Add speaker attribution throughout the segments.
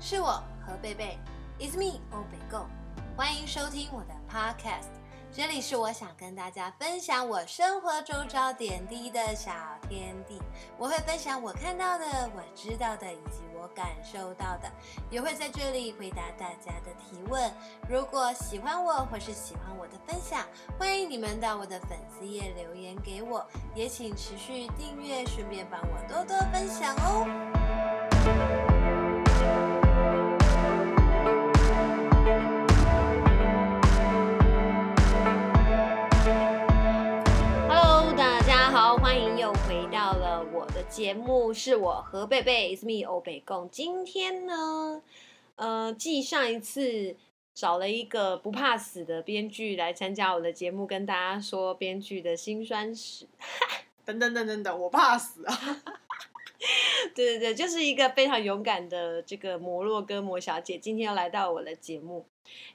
Speaker 1: 是我和贝贝，Is me 欧北购，欢迎收听我的 Podcast，这里是我想跟大家分享我生活周遭点滴的小天地。我会分享我看到的、我知道的以及我感受到的，也会在这里回答大家的提问。如果喜欢我或是喜欢我的分享，欢迎你们到我的粉丝页留言给我，也请持续订阅，顺便帮我多多分享哦。Hello，大家好，欢迎又回到了我的节目，是我和贝贝，It's me 欧北共。今天呢，呃，继上一次找了一个不怕死的编剧来参加我的节目，跟大家说编剧的辛酸史。
Speaker 2: 等等等等等，我怕死啊！
Speaker 1: 对对对，就是一个非常勇敢的这个摩洛哥摩小姐，今天又来到我的节目。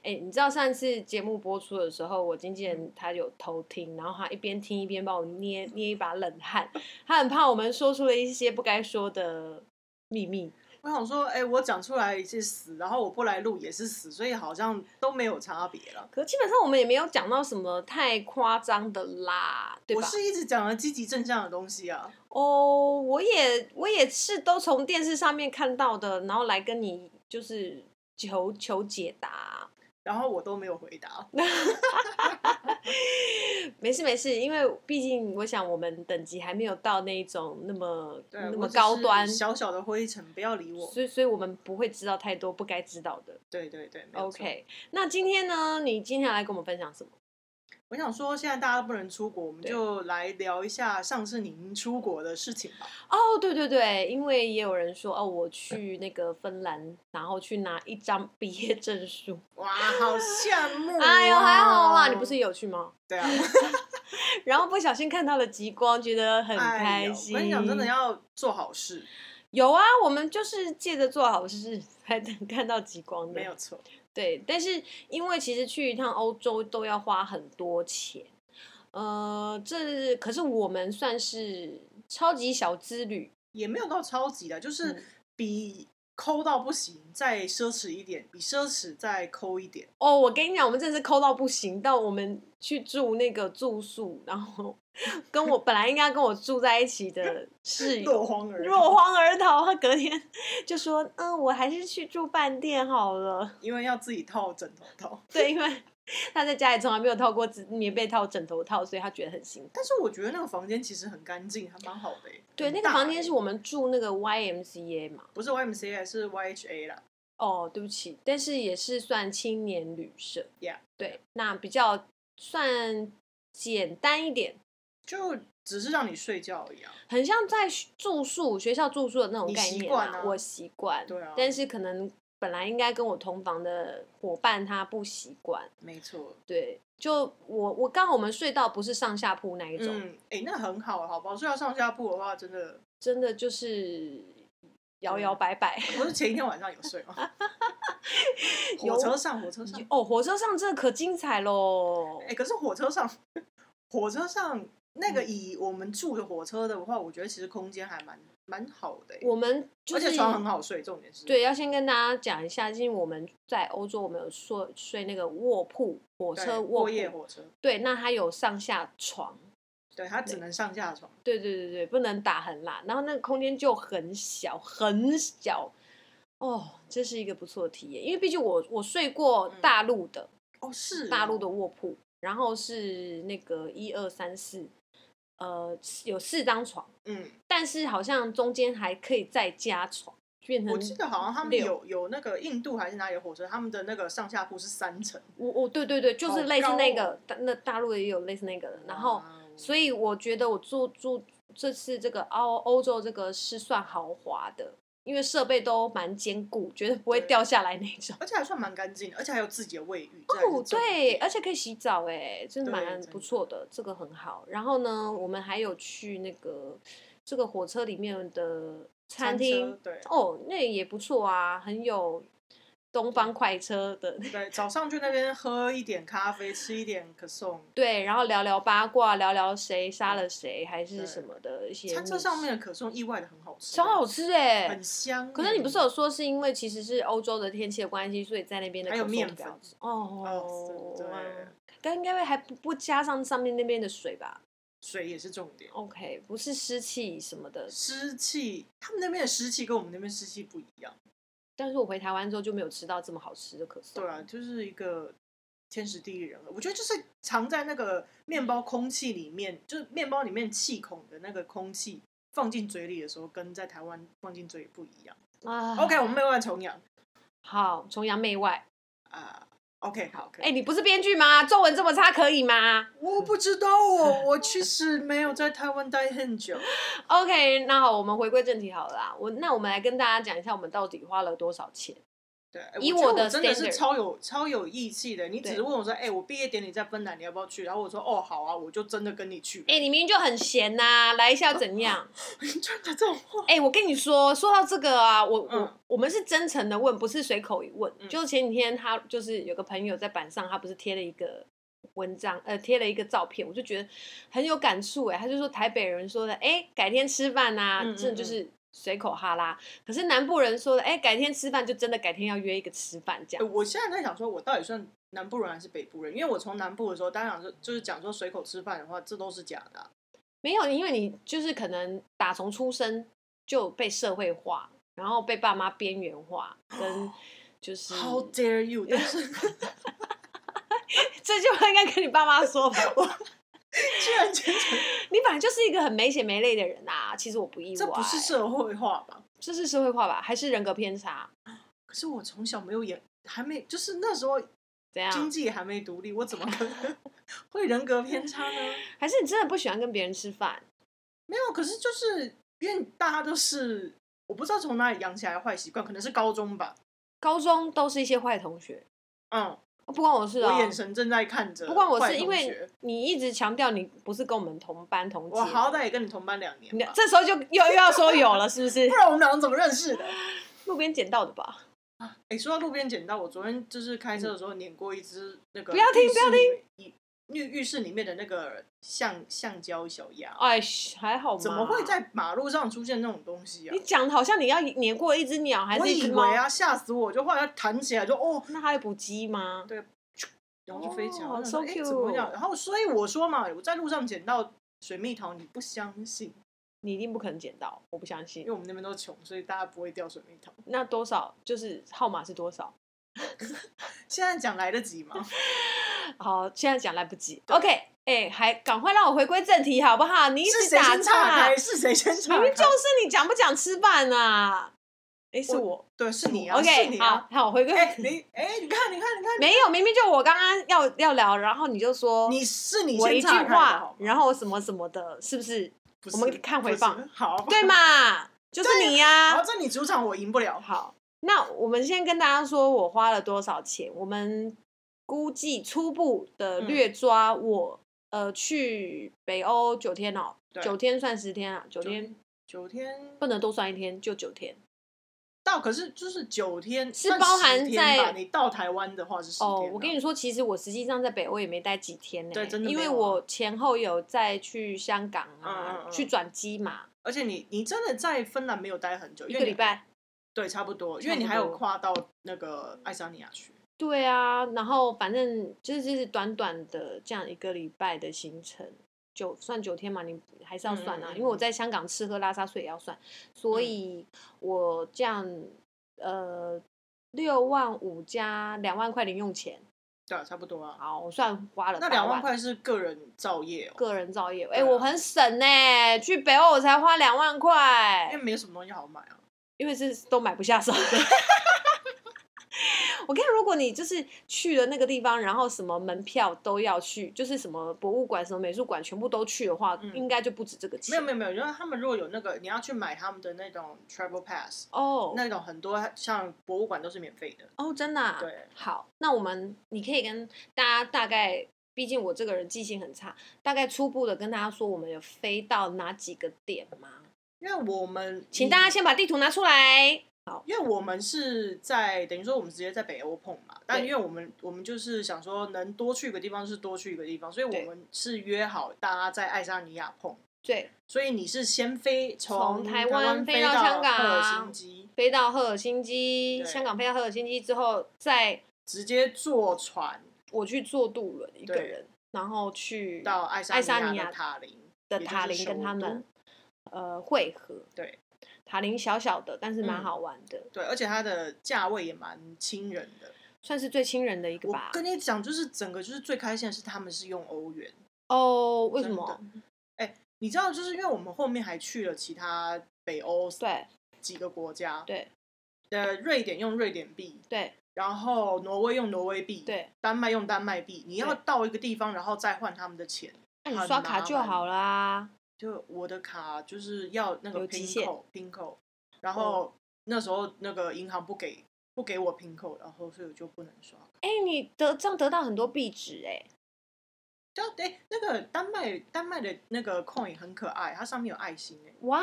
Speaker 1: 哎，你知道上次节目播出的时候，我经纪人他有偷听，然后他一边听一边帮我捏捏一把冷汗，他很怕我们说出了一些不该说的秘密。
Speaker 2: 我想说，哎、我讲出来也是死，然后我不来录也是死，所以好像都没有差别了。
Speaker 1: 可基本上我们也没有讲到什么太夸张的啦，对
Speaker 2: 我
Speaker 1: 吧？
Speaker 2: 是一直讲了积极正向的东西啊，
Speaker 1: 哦，我也我也是都从电视上面看到的，然后来跟你就是求求解答。
Speaker 2: 然后我都没有回答。
Speaker 1: 没事没事，因为毕竟我想我们等级还没有到那一种那么
Speaker 2: 对，
Speaker 1: 那
Speaker 2: 我
Speaker 1: 么
Speaker 2: 只是
Speaker 1: 高端，
Speaker 2: 小小的灰尘，不要理我。
Speaker 1: 所以所以我们不会知道太多不该知道的。
Speaker 2: 对对对没有错
Speaker 1: OK，那今天呢？你今天要来跟我们分享什么？
Speaker 2: 我想说，现在大家都不能出国，我们
Speaker 1: 对
Speaker 2: 就来聊一下上次您出国的事情吧。
Speaker 1: 哦，对对对，因为也有人说哦，我去那个芬兰，然后去拿一张毕业证 书。
Speaker 2: 哇，好羡 慕、
Speaker 1: 哎呦，还好啦，
Speaker 2: 哦
Speaker 1: 你不是？也有去吗？
Speaker 2: 对啊，
Speaker 1: 然后不小心看到了极光，觉得很
Speaker 2: 哎
Speaker 1: 开
Speaker 2: 呦
Speaker 1: 心。
Speaker 2: 我跟你讲，真的要做好事，
Speaker 1: 有啊，我们就是借着做好事，才能看到极光的。
Speaker 2: 没有错。
Speaker 1: 对，但是因为其实去一趟欧洲都要花很多钱，呃，这可是我们算是超级小资旅，
Speaker 2: 也没有到超级的，就是
Speaker 1: 嗯比
Speaker 2: 比抠到不行，再奢侈一点，比奢侈再抠一点。
Speaker 1: 哦，我跟你讲，我们真的是抠到不行，到我们去住那个住宿，然后 跟我本来应该跟我住在一起的室友。
Speaker 2: 落荒而
Speaker 1: 落荒而逃，他隔天 就说：“嗯，我还是去住饭店好了。
Speaker 2: 因为要自己套枕头套。”
Speaker 1: 对，因为 他在家里从来没有套过棉被套、枕头套，所以他觉得很辛苦。
Speaker 2: 但是我觉得那个房间其实很干净，还蛮好的耶、
Speaker 1: 对，
Speaker 2: 很
Speaker 1: 那个
Speaker 2: 大欸
Speaker 1: 房间
Speaker 2: 耶
Speaker 1: 是我们住那个 YMCA 嘛。
Speaker 2: 不是 YMCA 是 YHA 啦，
Speaker 1: 哦，对不起，但是也是算青年旅社。
Speaker 2: Yeah
Speaker 1: 对，那比较算简单一点，
Speaker 2: 就只是让你睡觉而已啊。
Speaker 1: 很像在学住宿、学校住宿的那种
Speaker 2: 你
Speaker 1: 概
Speaker 2: 习
Speaker 1: 念
Speaker 2: 惯
Speaker 1: 啦
Speaker 2: 啊
Speaker 1: 我习惯，
Speaker 2: 对啊
Speaker 1: 但是可能本来应该跟我同房的伙伴他不习惯。
Speaker 2: 没错，
Speaker 1: 对，就我我刚好我们睡到不是上下铺那一种，
Speaker 2: 嗯，哎、那很好，好不好？睡到上下铺的话，真的，
Speaker 1: 真的就是摇摇摆摆。
Speaker 2: 不是前一天晚上有睡吗？
Speaker 1: 有
Speaker 2: 火车上，火车上，
Speaker 1: 哦，火车上这可精彩喽！
Speaker 2: 哎、可是火车上， 火车上那个
Speaker 1: 嗯
Speaker 2: 以我们住的火车的话，我觉得其实空间还蛮蛮好的欸、
Speaker 1: 我们就是
Speaker 2: 而且床很好睡，重点是。
Speaker 1: 对，要先跟大家讲一下，因为我们在欧洲，我们有睡睡那个卧铺，火
Speaker 2: 对，
Speaker 1: 车卧
Speaker 2: 过
Speaker 1: 铺，
Speaker 2: 夜火车，
Speaker 1: 对，那它有上下床，
Speaker 2: 对，它只能上下床。
Speaker 1: 对对对对，不能打横啦，然后那个空间就很小很小，哦，这是一个不错的体验，因为毕竟我我睡过
Speaker 2: 嗯
Speaker 1: 大陆的、
Speaker 2: 哦，是
Speaker 1: 大陆
Speaker 2: 的，
Speaker 1: 的卧铺，然后是那个一二三四，呃，有四张床，
Speaker 2: 嗯，
Speaker 1: 但是好像中间还可以再加床，变成
Speaker 2: 我记得好像他们
Speaker 1: 六
Speaker 2: 有有那个印度还是哪里的火车，他们的那个上下铺是三层，
Speaker 1: 我我对对对，就是
Speaker 2: 好
Speaker 1: 类似
Speaker 2: 高
Speaker 1: 那
Speaker 2: 哦
Speaker 1: 个，大那大陆也有类似那个的。然后，
Speaker 2: 哇哦
Speaker 1: 所以我觉得我住住这次这个欧欧洲这个是算豪华的，因为设备都蛮坚固，绝对不会
Speaker 2: 对
Speaker 1: 掉下来那 种。
Speaker 2: 而且还算蛮干净的，而且还有自己的卫浴。这还是
Speaker 1: 哦，
Speaker 2: 重
Speaker 1: 对，
Speaker 2: 点，
Speaker 1: 而且可以洗澡，哎，真的
Speaker 2: 对
Speaker 1: 蛮
Speaker 2: 真
Speaker 1: 不
Speaker 2: 的
Speaker 1: 错的，这个很好。然后呢，我们还有去那个这个火车里面的餐
Speaker 2: 餐
Speaker 1: 厅
Speaker 2: 车，对，
Speaker 1: 哦，那也不错啊，很有东方快车的，
Speaker 2: 对，早上去那边喝一点咖啡，吃一点可颂。
Speaker 1: 对，然后聊聊八卦，聊聊谁杀了谁还是
Speaker 2: 对
Speaker 1: 什么的一些。
Speaker 2: 餐车上面的可颂意外的很好吃，
Speaker 1: 超好吃哎、
Speaker 2: 很香。
Speaker 1: 可是你不是有说是因为其实是欧洲的天气的关系，所以在那边的
Speaker 2: 还有
Speaker 1: 可颂
Speaker 2: 面
Speaker 1: 比较
Speaker 2: 粉
Speaker 1: 好吃哦
Speaker 2: 哦，对对，
Speaker 1: 但应该会还不不加上上面那边的水吧
Speaker 2: 水也是重点，
Speaker 1: ？OK，不是湿气什么的。
Speaker 2: 湿气，他们那边的湿气跟我们那边湿气不一样。
Speaker 1: 但是我回台湾之后就没有吃到这么好吃的可颂。
Speaker 2: 对啊，就是一个天时地利人和。我觉得就是藏在那个面包空气里面，就是面包里面气孔的那个空气放进嘴里的时候，跟在台湾放进嘴里不一样。
Speaker 1: 啊
Speaker 2: OK，我们没有办法重阳
Speaker 1: 好崇洋媚外。
Speaker 2: 啊。OK，好，可以。
Speaker 1: 哎、你不是编剧吗？中文这么差可以吗
Speaker 2: 我不知道哦，我其实没有在台湾待很久。
Speaker 1: ？OK，那好，我们回归正题好了啦。我那我们来跟大家讲一下，我们到底花了多少钱？
Speaker 2: 对，哎
Speaker 1: 以
Speaker 2: 我觉得
Speaker 1: 我的
Speaker 2: 真的是
Speaker 1: standard
Speaker 2: 超有超有义气的。你只
Speaker 1: 对
Speaker 2: 是问我说，哎、我毕业典礼在芬兰，你要不要去？然后我说，哦，好啊，我就真的跟你去。
Speaker 1: 哎、你明明就很闲呐、来一下怎样？
Speaker 2: 你真的这种话，
Speaker 1: 哎、我跟你说，说到这个啊，我、
Speaker 2: 嗯
Speaker 1: 我我们是真诚的问，不是随口一问。
Speaker 2: 嗯
Speaker 1: 就前几天他就是有个朋友在板上，他不是贴了一个文章，呃，贴了一个照片，我就觉得很有感触哎、他就说台北人说的，哎、改天吃饭呐、
Speaker 2: 嗯嗯
Speaker 1: 真的就是随口哈拉。可是南部人说的，哎、改天吃饭就真的改天要约一个吃饭这
Speaker 2: 欸
Speaker 1: 样。
Speaker 2: 我现在在想说，我到底算南部人还是北部人？因为我从南部的时候，当然就就是讲说随口吃饭的话，这都是假的啊、
Speaker 1: 没有，因为你就是可能打从出生就被社会化，然后被爸妈边缘化，
Speaker 2: 哦
Speaker 1: 跟就是。
Speaker 2: How dare you！但 是
Speaker 1: 这句话应该跟你爸妈说吧。
Speaker 2: 居然觉得
Speaker 1: 你本来就是一个很没血没泪的人啊，其实我不意外。
Speaker 2: 这不是社会化吧？
Speaker 1: 这是社会化吧，还是人格偏差？
Speaker 2: 可是我从小没有演，还没就是那时候
Speaker 1: 怎
Speaker 2: 经
Speaker 1: 样？
Speaker 2: 济还没独立，我怎么可能 会人格偏差呢？
Speaker 1: 还是你真的不喜欢跟别人吃饭？
Speaker 2: 没有，可是就是因为大家都是。我不知道从哪里养起来的坏习惯，可能是高中吧。
Speaker 1: 高中都是一些坏同学，
Speaker 2: 嗯，
Speaker 1: 哦不关我事
Speaker 2: 我
Speaker 1: 哦。
Speaker 2: 眼神正在看着。
Speaker 1: 不关我事，因为你一直强调你不是跟我们同班同届。
Speaker 2: 我好歹也跟你同班两年
Speaker 1: 你
Speaker 2: 吧，
Speaker 1: 这时候就又又要说有了，是不 是
Speaker 2: 不？然我们两个怎么认识的？
Speaker 1: 路边捡到的吧？
Speaker 2: 哎、说到路边捡到，我昨天就是开车的时候碾过一只那个
Speaker 1: 不要听
Speaker 2: 浴室
Speaker 1: 不要听
Speaker 2: 里面浴浴室里面的那个橡橡胶小鸭，
Speaker 1: 哎，嘘还好吗？
Speaker 2: 怎么会？在马路上出现那种东西啊
Speaker 1: 你？讲的好像你要碾过一只鸟还
Speaker 2: 我
Speaker 1: 是一
Speaker 2: 以
Speaker 1: 只猫
Speaker 2: 为？啊，吓死我！就后来它弹起来就哦，
Speaker 1: 那它会捕鸡吗？
Speaker 2: 然后就飞起来。
Speaker 1: 哦
Speaker 2: 我想说
Speaker 1: so
Speaker 2: 诶怎么
Speaker 1: cute
Speaker 2: 样？然后所以我说嘛，我在路上捡到水蜜桃，你不相信，
Speaker 1: 你一定不可能捡到，我不相信
Speaker 2: 因为。我们那边都穷，所以大家不会掉水蜜桃。
Speaker 1: 那多少就是号码是多少？
Speaker 2: 现在讲来得及吗？
Speaker 1: 好，现在讲来不及。OK，哎、还赶快让我回归正题好不好？你一
Speaker 2: 是
Speaker 1: 直
Speaker 2: 谁
Speaker 1: 打
Speaker 2: 先岔
Speaker 1: 岔
Speaker 2: 开？，是谁先岔
Speaker 1: 明明就
Speaker 2: 开？
Speaker 1: 是你讲不讲吃饭啊？哎、是我。
Speaker 2: 对，是你啊
Speaker 1: OK，
Speaker 2: 是你
Speaker 1: 好
Speaker 2: 啊！，
Speaker 1: 好，我回归。
Speaker 2: 哎、你哎、你看，你看，你看，
Speaker 1: 没有，明明就我刚刚要要聊，然后你就说
Speaker 2: 你是你
Speaker 1: 我一
Speaker 2: 先
Speaker 1: 句
Speaker 2: 岔开的
Speaker 1: 话
Speaker 2: 好，吗
Speaker 1: 然后我什么什么的，是不 是？
Speaker 2: 不是
Speaker 1: 我们看回放
Speaker 2: 不是好，
Speaker 1: 对啊嘛？就是你呀、
Speaker 2: 好，这你主场我赢不了。
Speaker 1: 好，那我们先跟大家说我花了多少钱。我们估计初步的
Speaker 2: 嗯
Speaker 1: 略抓我、呃去北欧九天哦，
Speaker 2: 对
Speaker 1: 九天算十天啊，九天
Speaker 2: 九天
Speaker 1: 不能多算一天，就九天。
Speaker 2: 到，可是就是九天
Speaker 1: 是
Speaker 2: 算
Speaker 1: 包含
Speaker 2: 10天吧
Speaker 1: 在
Speaker 2: 你到台湾的话是十天啊、
Speaker 1: 哦，我跟你说，其实我实际上在北欧也没待几天呢、
Speaker 2: 对真的
Speaker 1: 因
Speaker 2: 没
Speaker 1: 为
Speaker 2: 有啊
Speaker 1: 我前后有再去香港啊，
Speaker 2: 嗯嗯嗯
Speaker 1: 去转机嘛，
Speaker 2: 而且你你真的在芬兰没有待很久，
Speaker 1: 一
Speaker 2: 因为
Speaker 1: 个
Speaker 2: 你
Speaker 1: 礼拜。
Speaker 2: 对，差不多，因
Speaker 1: 差
Speaker 2: 为
Speaker 1: 不
Speaker 2: 你还有
Speaker 1: 多
Speaker 2: 跨到那个爱沙尼亚去。
Speaker 1: 对啊，然后反正就是短短的这样一个礼拜的行程，九算九天嘛，你还是要算啊，
Speaker 2: 嗯嗯嗯嗯
Speaker 1: 因为我在香港吃喝拉撒睡也要算，所以我这样呃六万五加两万块零用钱，
Speaker 2: 对啊，差不多啊。
Speaker 1: 好，我算花了
Speaker 2: 那
Speaker 1: 八
Speaker 2: 两
Speaker 1: 万
Speaker 2: 万。块是个人造业哦，
Speaker 1: 个人造业，哎、
Speaker 2: 对啊
Speaker 1: 我很省呢、去北欧我才花两万块，
Speaker 2: 因为没有什么东西好买啊。
Speaker 1: 因为是都买不下手。 我看，如果你就是去了那个地方，然后什么门票都要去，就是什么博物馆、什么美术馆全部都去的话，
Speaker 2: 嗯
Speaker 1: 应该就不止这个钱。
Speaker 2: 没有没有没有，因为他们如果有那个，你要去买他们的那种 travel pass，
Speaker 1: 哦
Speaker 2: 那种很多像博物馆都是免费的。
Speaker 1: 哦，真的、啊。
Speaker 2: 对，
Speaker 1: 好，那我们你可以跟大家大概，毕竟我这个人记性很差，大概初步的跟大家说我们有飞到哪几个点吗？
Speaker 2: 因为我们嗯
Speaker 1: 请大家先把地图拿出来。
Speaker 2: 因为我们是在等于说我们直接在北欧碰嘛，但因为我们我们就是想说能多去一个地方就是多去一个地方，所以
Speaker 1: 对
Speaker 2: 我们是约好大家在爱沙尼亚碰。
Speaker 1: 对，
Speaker 2: 所以你是先飞
Speaker 1: 从台
Speaker 2: 台
Speaker 1: 湾
Speaker 2: 湾
Speaker 1: 飞
Speaker 2: 飞
Speaker 1: 到香港
Speaker 2: 赫尔辛基，
Speaker 1: 飞到赫尔辛基，
Speaker 2: 对
Speaker 1: 香港飞到赫尔辛基之后，再
Speaker 2: 直接坐船
Speaker 1: 我去坐渡轮一个
Speaker 2: 对
Speaker 1: 人，然后去
Speaker 2: 到爱
Speaker 1: 爱沙
Speaker 2: 沙
Speaker 1: 尼
Speaker 2: 尼
Speaker 1: 亚
Speaker 2: 亚的塔林
Speaker 1: 的
Speaker 2: 也就是
Speaker 1: 塔林
Speaker 2: 首
Speaker 1: 跟他们
Speaker 2: 都
Speaker 1: 呃汇合。
Speaker 2: 对，
Speaker 1: 塔林小小的，但是蛮
Speaker 2: 嗯
Speaker 1: 好玩的，
Speaker 2: 对，而且它的价位也蛮亲人的。
Speaker 1: 算是最亲人的一个
Speaker 2: 我
Speaker 1: 吧。
Speaker 2: 跟你讲，就是整个就是最开心的是他们是用欧元，
Speaker 1: 哦，为什
Speaker 2: 真的
Speaker 1: 么？
Speaker 2: 你知道，就是因为我们后面还去了其他北欧
Speaker 1: 对
Speaker 2: 几个国家，
Speaker 1: 对
Speaker 2: 呃，瑞典用瑞典币，
Speaker 1: 对
Speaker 2: 然后挪威用挪威币，，
Speaker 1: 对，
Speaker 2: 丹麦用丹麦币。你要
Speaker 1: 对
Speaker 2: 到一个地方，然后再换他们的钱。
Speaker 1: 那你
Speaker 2: 很
Speaker 1: 刷卡
Speaker 2: 麻
Speaker 1: 就
Speaker 2: 烦
Speaker 1: 好啦。
Speaker 2: 就我的卡就是要那
Speaker 1: 有
Speaker 2: 个
Speaker 1: 极
Speaker 2: 拼
Speaker 1: 限哦
Speaker 2: 扣拼扣，然后那时候那个银行不给不给我拼扣，然后所以我就不能刷。
Speaker 1: 哎、你得这样得到很多币值哎、
Speaker 2: 但哎、那个丹麦丹麦的那个 coin 很可爱，它上面有爱心哎、
Speaker 1: 哇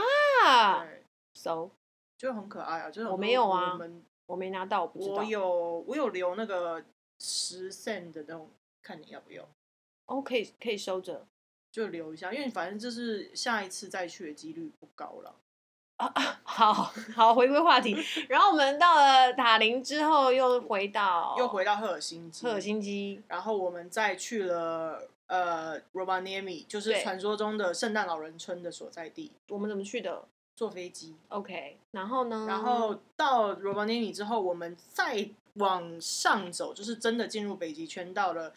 Speaker 2: 对，
Speaker 1: ，so
Speaker 2: 就很可爱啊。就是
Speaker 1: 啊我没有啊
Speaker 2: 我们
Speaker 1: 我没拿到，我不知道
Speaker 2: 我。有我有留那个十 cent 的那种，看你要不要。
Speaker 1: 哦，可以可以收着
Speaker 2: 就留一下，因为反正就是下一次再去的几率不高了。
Speaker 1: 啊啊！好好回归话 题，然后我们到了塔林之后，又回到
Speaker 2: 又回到赫尔辛基，
Speaker 1: 哦赫尔辛基，
Speaker 2: 然后我们再去了呃 Rovaniemi，就是
Speaker 1: 对
Speaker 2: 传说中的圣诞老人村的所在地，
Speaker 1: 我们怎么去的
Speaker 2: 坐飞机。
Speaker 1: ？OK，然后呢？
Speaker 2: 然后到 Rovaniemi 之后，我们再往上走，就是真的进入北极圈，到了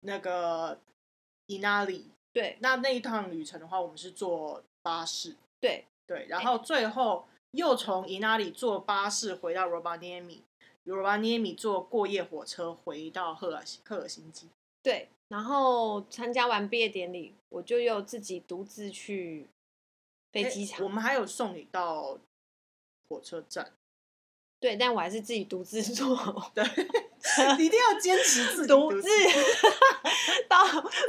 Speaker 2: 那个伊那里。
Speaker 1: 对
Speaker 2: 那那一趟旅程的话，我们是坐巴士，
Speaker 1: 对，
Speaker 2: 对，然后最后又从伊那里坐巴士回到 Rovaniemi。Rovaniemi 坐过夜火车回到赫尔辛赫尔辛基，
Speaker 1: 对，然后参加完毕业典礼，我就又自己独自去飞
Speaker 2: 诶
Speaker 1: 机场。
Speaker 2: 哎我们还有送你到火车站，
Speaker 1: 对，但我还是自己独自 坐
Speaker 2: 对，你一定要坚持自己
Speaker 1: 独
Speaker 2: 自
Speaker 1: 自到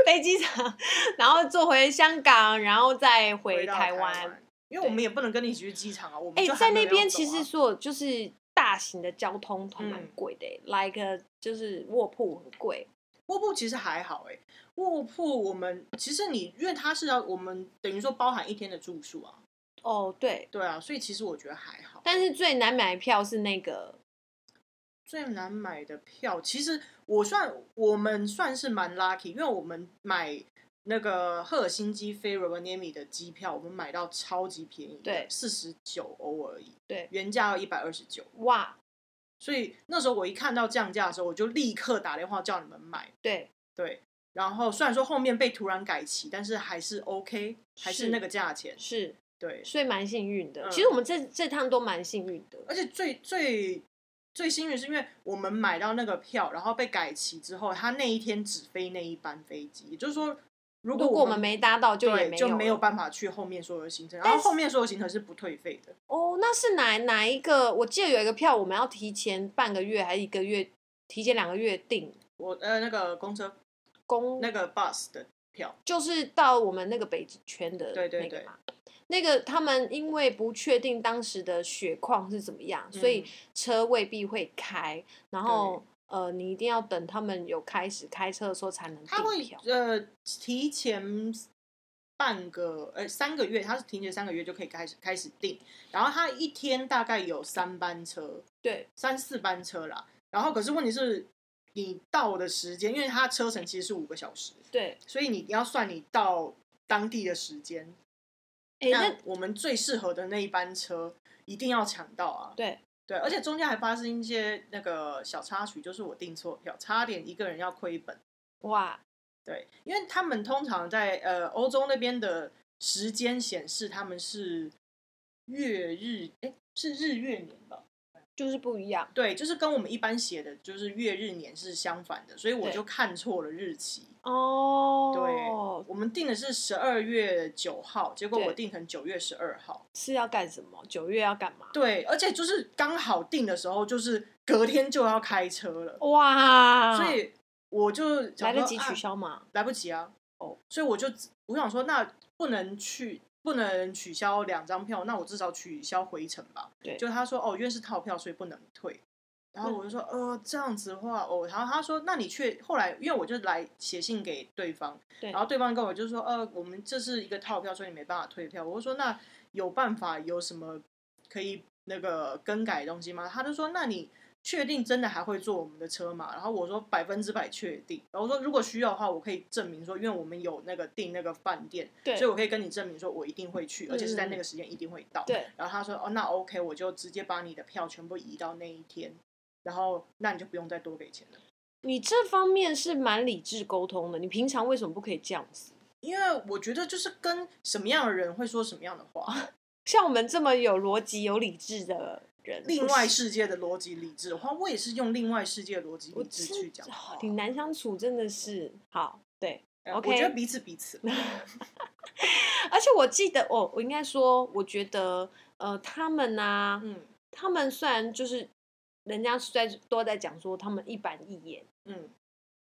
Speaker 1: 飞机场，然后坐回香港，然后再回
Speaker 2: 到
Speaker 1: 台湾。
Speaker 2: 湾，因为我
Speaker 1: 对
Speaker 2: 们也不能跟你一起去机场啊，我们
Speaker 1: 哎、
Speaker 2: 就还
Speaker 1: 在那
Speaker 2: 没有
Speaker 1: 边
Speaker 2: 走
Speaker 1: 其实
Speaker 2: 啊
Speaker 1: 所有就是大型的交通还蛮
Speaker 2: 嗯
Speaker 1: 贵的、like a- 就是卧铺很贵。
Speaker 2: 卧铺其实还好哎、卧铺我们其实你因为它是要我们等于说包含一天的住宿啊，
Speaker 1: 哦，对，
Speaker 2: 对啊，所以其实我觉得还好。
Speaker 1: 但是最难买票是那个
Speaker 2: 最难买的票，其实我算我们算是蛮 lucky，因为我们买那个赫尔辛基飞 r o v a n e m i 的机票，我们买到超级便宜
Speaker 1: 对
Speaker 2: 的，四十九欧而已，
Speaker 1: 对
Speaker 2: 原价要一百二十九。
Speaker 1: 哇，
Speaker 2: 所以那时候我一看到降价的时候，我就立刻打电话叫你们买。
Speaker 1: 对
Speaker 2: 对，然后虽然说后面被突然改期，但是还是 OK，还
Speaker 1: 是
Speaker 2: 是那个价钱。
Speaker 1: 是，
Speaker 2: 对，
Speaker 1: 所以蛮幸运的。
Speaker 2: 嗯
Speaker 1: 其实我们这这趟都蛮幸运的。
Speaker 2: 而且最最最幸运是因为我们买到那个票，然后被改期之后，他那一天只飞那一班飞机，也就是说，如
Speaker 1: 如果
Speaker 2: 我
Speaker 1: 我们没搭到，就也
Speaker 2: 对
Speaker 1: 没
Speaker 2: 就没有
Speaker 1: 了
Speaker 2: 办法去后面所有的行程，然
Speaker 1: 但
Speaker 2: 后
Speaker 1: 是
Speaker 2: 后面所有行程是不退费的，
Speaker 1: 哦，那是哪哪一个？我记得有一个票，我们要提前半个月还是一个月，提前两个月订
Speaker 2: 我呃那个公车
Speaker 1: 公，
Speaker 2: 那个 bus 的票，
Speaker 1: 就是到我们那个北极圈的
Speaker 2: 对对
Speaker 1: 那个
Speaker 2: 对
Speaker 1: 嘛。那个他们因为不确定当时的雪况是怎么样，所以
Speaker 2: 嗯
Speaker 1: 车未必会开，然后呃，你一定要等他们有开始开车的时候才能
Speaker 2: 他
Speaker 1: 订
Speaker 2: 会
Speaker 1: 票。
Speaker 2: 呃提前半个呃三个月，他是提前三个月就可以开始开始订，然后他一天大概有三班车，
Speaker 1: 对
Speaker 2: 三四班车啦。然后可是问题是，你到的时间，因为它车程其实是五个小时，
Speaker 1: 对，
Speaker 2: 所以你要算你到当地的时间。
Speaker 1: 哎，
Speaker 2: 那
Speaker 1: 那
Speaker 2: 我们最适合的那一班车一定要抢到啊！
Speaker 1: 对
Speaker 2: 对，而且中间还发生一些那个小插曲，就是我订错票，差点一个人要亏本。
Speaker 1: 哇，
Speaker 2: 对，因为他们通常在呃欧洲那边的时间显示他们是月日，哎、是日月年吧？
Speaker 1: 就是不一样
Speaker 2: 对，就是跟我们一般写的就是月日年是相反的，所以我
Speaker 1: 对
Speaker 2: 就看错了日期。
Speaker 1: 哦。
Speaker 2: 对，我们定的是十二月九号，结果
Speaker 1: 对
Speaker 2: 我定成九月十二号。
Speaker 1: 是要干什么？九月要干嘛？
Speaker 2: 对，而且就是刚好定的时候，就是隔天就要开车了，
Speaker 1: 哇，
Speaker 2: 所以我就想
Speaker 1: 啊 来得
Speaker 2: 说
Speaker 1: 及
Speaker 2: 啊
Speaker 1: 取消吗？
Speaker 2: 来不及啊。
Speaker 1: 哦，
Speaker 2: 所以我就我想说，那不能去，不能取消两张票，那我至少取消回程吧。
Speaker 1: 对
Speaker 2: 就他说哦，因为是套票，所以不能退。然后我就说，呃，这样子的话，哦，然后他说，那你去后来，因为我就来写信给对方，
Speaker 1: 对
Speaker 2: 然后对方跟我就说，呃，我们这是一个套票，所以你没办法退票。我就说，那有办法有什么可以那个更改的东西吗？他就说，那你确定真的还会坐我们的车吗？然后我说百分之百确定。然后我说如果需要的话，我可以证明说，因为我们有那个订那个饭店，
Speaker 1: 对
Speaker 2: 所以我可以跟你证明说我一定会去，而且是在
Speaker 1: 嗯
Speaker 2: 那个时间一定会到。
Speaker 1: 对，
Speaker 2: 然后他说哦，那 OK，我就直接把你的票全部移到那一天，然后那你就不用再多给钱了。
Speaker 1: 你这方面是蛮理智沟通的，你平常为什么不可以这样子？
Speaker 2: 因为我觉得就是跟什么样的人会说什么样的
Speaker 1: 啊
Speaker 2: 话，
Speaker 1: 像我们这么有逻辑、有理智的人，
Speaker 2: 另外世界的逻辑理智的话，我也是用另外世界的逻辑
Speaker 1: 我
Speaker 2: 理智去
Speaker 1: 真
Speaker 2: 讲
Speaker 1: 的
Speaker 2: 话。
Speaker 1: 挺难相处，真的是好对。
Speaker 2: 呃
Speaker 1: OK
Speaker 2: 我觉得彼此彼此，
Speaker 1: 而且我记得，哦，我应该说，我觉得，呃，他们呢、
Speaker 2: 嗯
Speaker 1: 他们虽然就是人家是在都在讲说他们一板一眼，
Speaker 2: 嗯，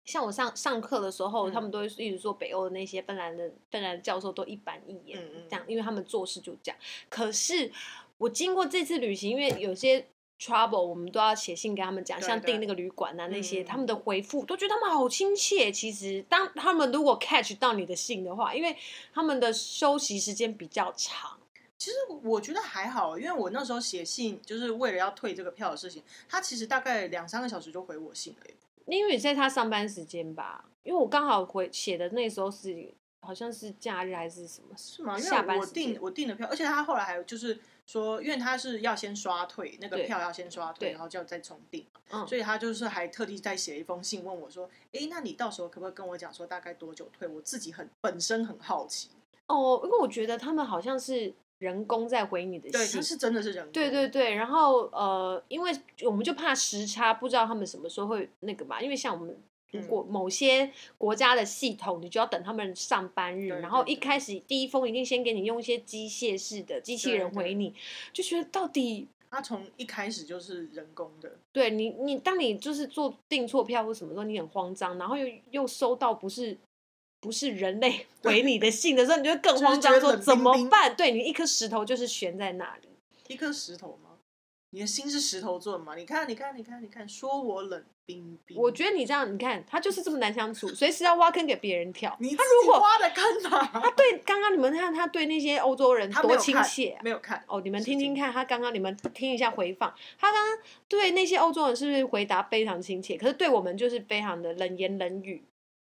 Speaker 1: 像我上上课的时候，
Speaker 2: 嗯
Speaker 1: 他们都会一直说北欧的那些芬兰的芬兰教授都一板一眼
Speaker 2: 嗯嗯
Speaker 1: 这样，因为他们做事就这样。可是我经过这次旅行，因为有些 trouble，我们都要写信给他们讲，
Speaker 2: 对
Speaker 1: 像
Speaker 2: 对
Speaker 1: 订那个旅馆啊那些，
Speaker 2: 嗯
Speaker 1: 他们的回复都觉得他们好亲切。其实当他们如果 catch 到你的信的话，因为他们的休息时间比较长，
Speaker 2: 其实我觉得还好，因为我那时候写信就是为了要退这个票的事情，他其实大概两三个小时就回我信了耶。
Speaker 1: 因为在他上班时间吧，因为我刚好回写的那时候是好像是假日还是什么
Speaker 2: 是吗？因
Speaker 1: 下
Speaker 2: 为
Speaker 1: 班
Speaker 2: 我
Speaker 1: 时间
Speaker 2: 订我订的票，而且他后来还有就是说，因为他是要先刷退那个
Speaker 1: 对
Speaker 2: 票，要先刷退，
Speaker 1: 对
Speaker 2: 然后就要再重订嘛，
Speaker 1: 嗯
Speaker 2: 所以他就是还特地再写一封信问我说：“诶，那你到时候可不可以跟我讲说大概多久退？”我自己很本身很好奇，
Speaker 1: 哦，因为我觉得他们好像是人工在回你的
Speaker 2: 对，
Speaker 1: 信
Speaker 2: 他，是真的是人工，
Speaker 1: 对对对，然后呃，因为我们就怕时差，不知道他们什么时候会那个嘛，因为像我们。如
Speaker 2: 嗯
Speaker 1: 果某些国家的系统，你就要等他们上班日，
Speaker 2: 对
Speaker 1: 然后
Speaker 2: 对
Speaker 1: 一
Speaker 2: 对
Speaker 1: 开始第一封一定先给你用一些机械式的机器
Speaker 2: 对
Speaker 1: 人
Speaker 2: 对
Speaker 1: 回你，就觉得到底
Speaker 2: 他从一开始就是人工的，
Speaker 1: 对你你当你就是做订错票或什么时候，你很慌张，然后又又收到不是不是人类回你的信的时候，你就会更
Speaker 2: 就是
Speaker 1: 慌张
Speaker 2: 觉得
Speaker 1: 说
Speaker 2: 冷
Speaker 1: 怎
Speaker 2: 冰
Speaker 1: 么
Speaker 2: 冰
Speaker 1: 办？对你一颗石头就是悬在那里。
Speaker 2: 一颗石头吗？你的心是石头做的吗？你看，你看，你看，你看，说我冷冰冰，
Speaker 1: 我觉得你这样，你看他就是这么难相处，随时要挖坑给别人跳。
Speaker 2: 你
Speaker 1: 他
Speaker 2: 自
Speaker 1: 如
Speaker 2: 己
Speaker 1: 果
Speaker 2: 挖的坑
Speaker 1: 他
Speaker 2: 吧，
Speaker 1: 对刚刚你们看他对那些欧洲人
Speaker 2: 他没
Speaker 1: 多
Speaker 2: 有
Speaker 1: 亲
Speaker 2: 看
Speaker 1: 切啊、
Speaker 2: 没有看，
Speaker 1: 哦，你们
Speaker 2: 是
Speaker 1: 听听
Speaker 2: 真的
Speaker 1: 看，他刚刚你们听一下回放，他刚刚对那些欧洲人是不是回答非常亲切？可是对我们就是非常的冷言冷语，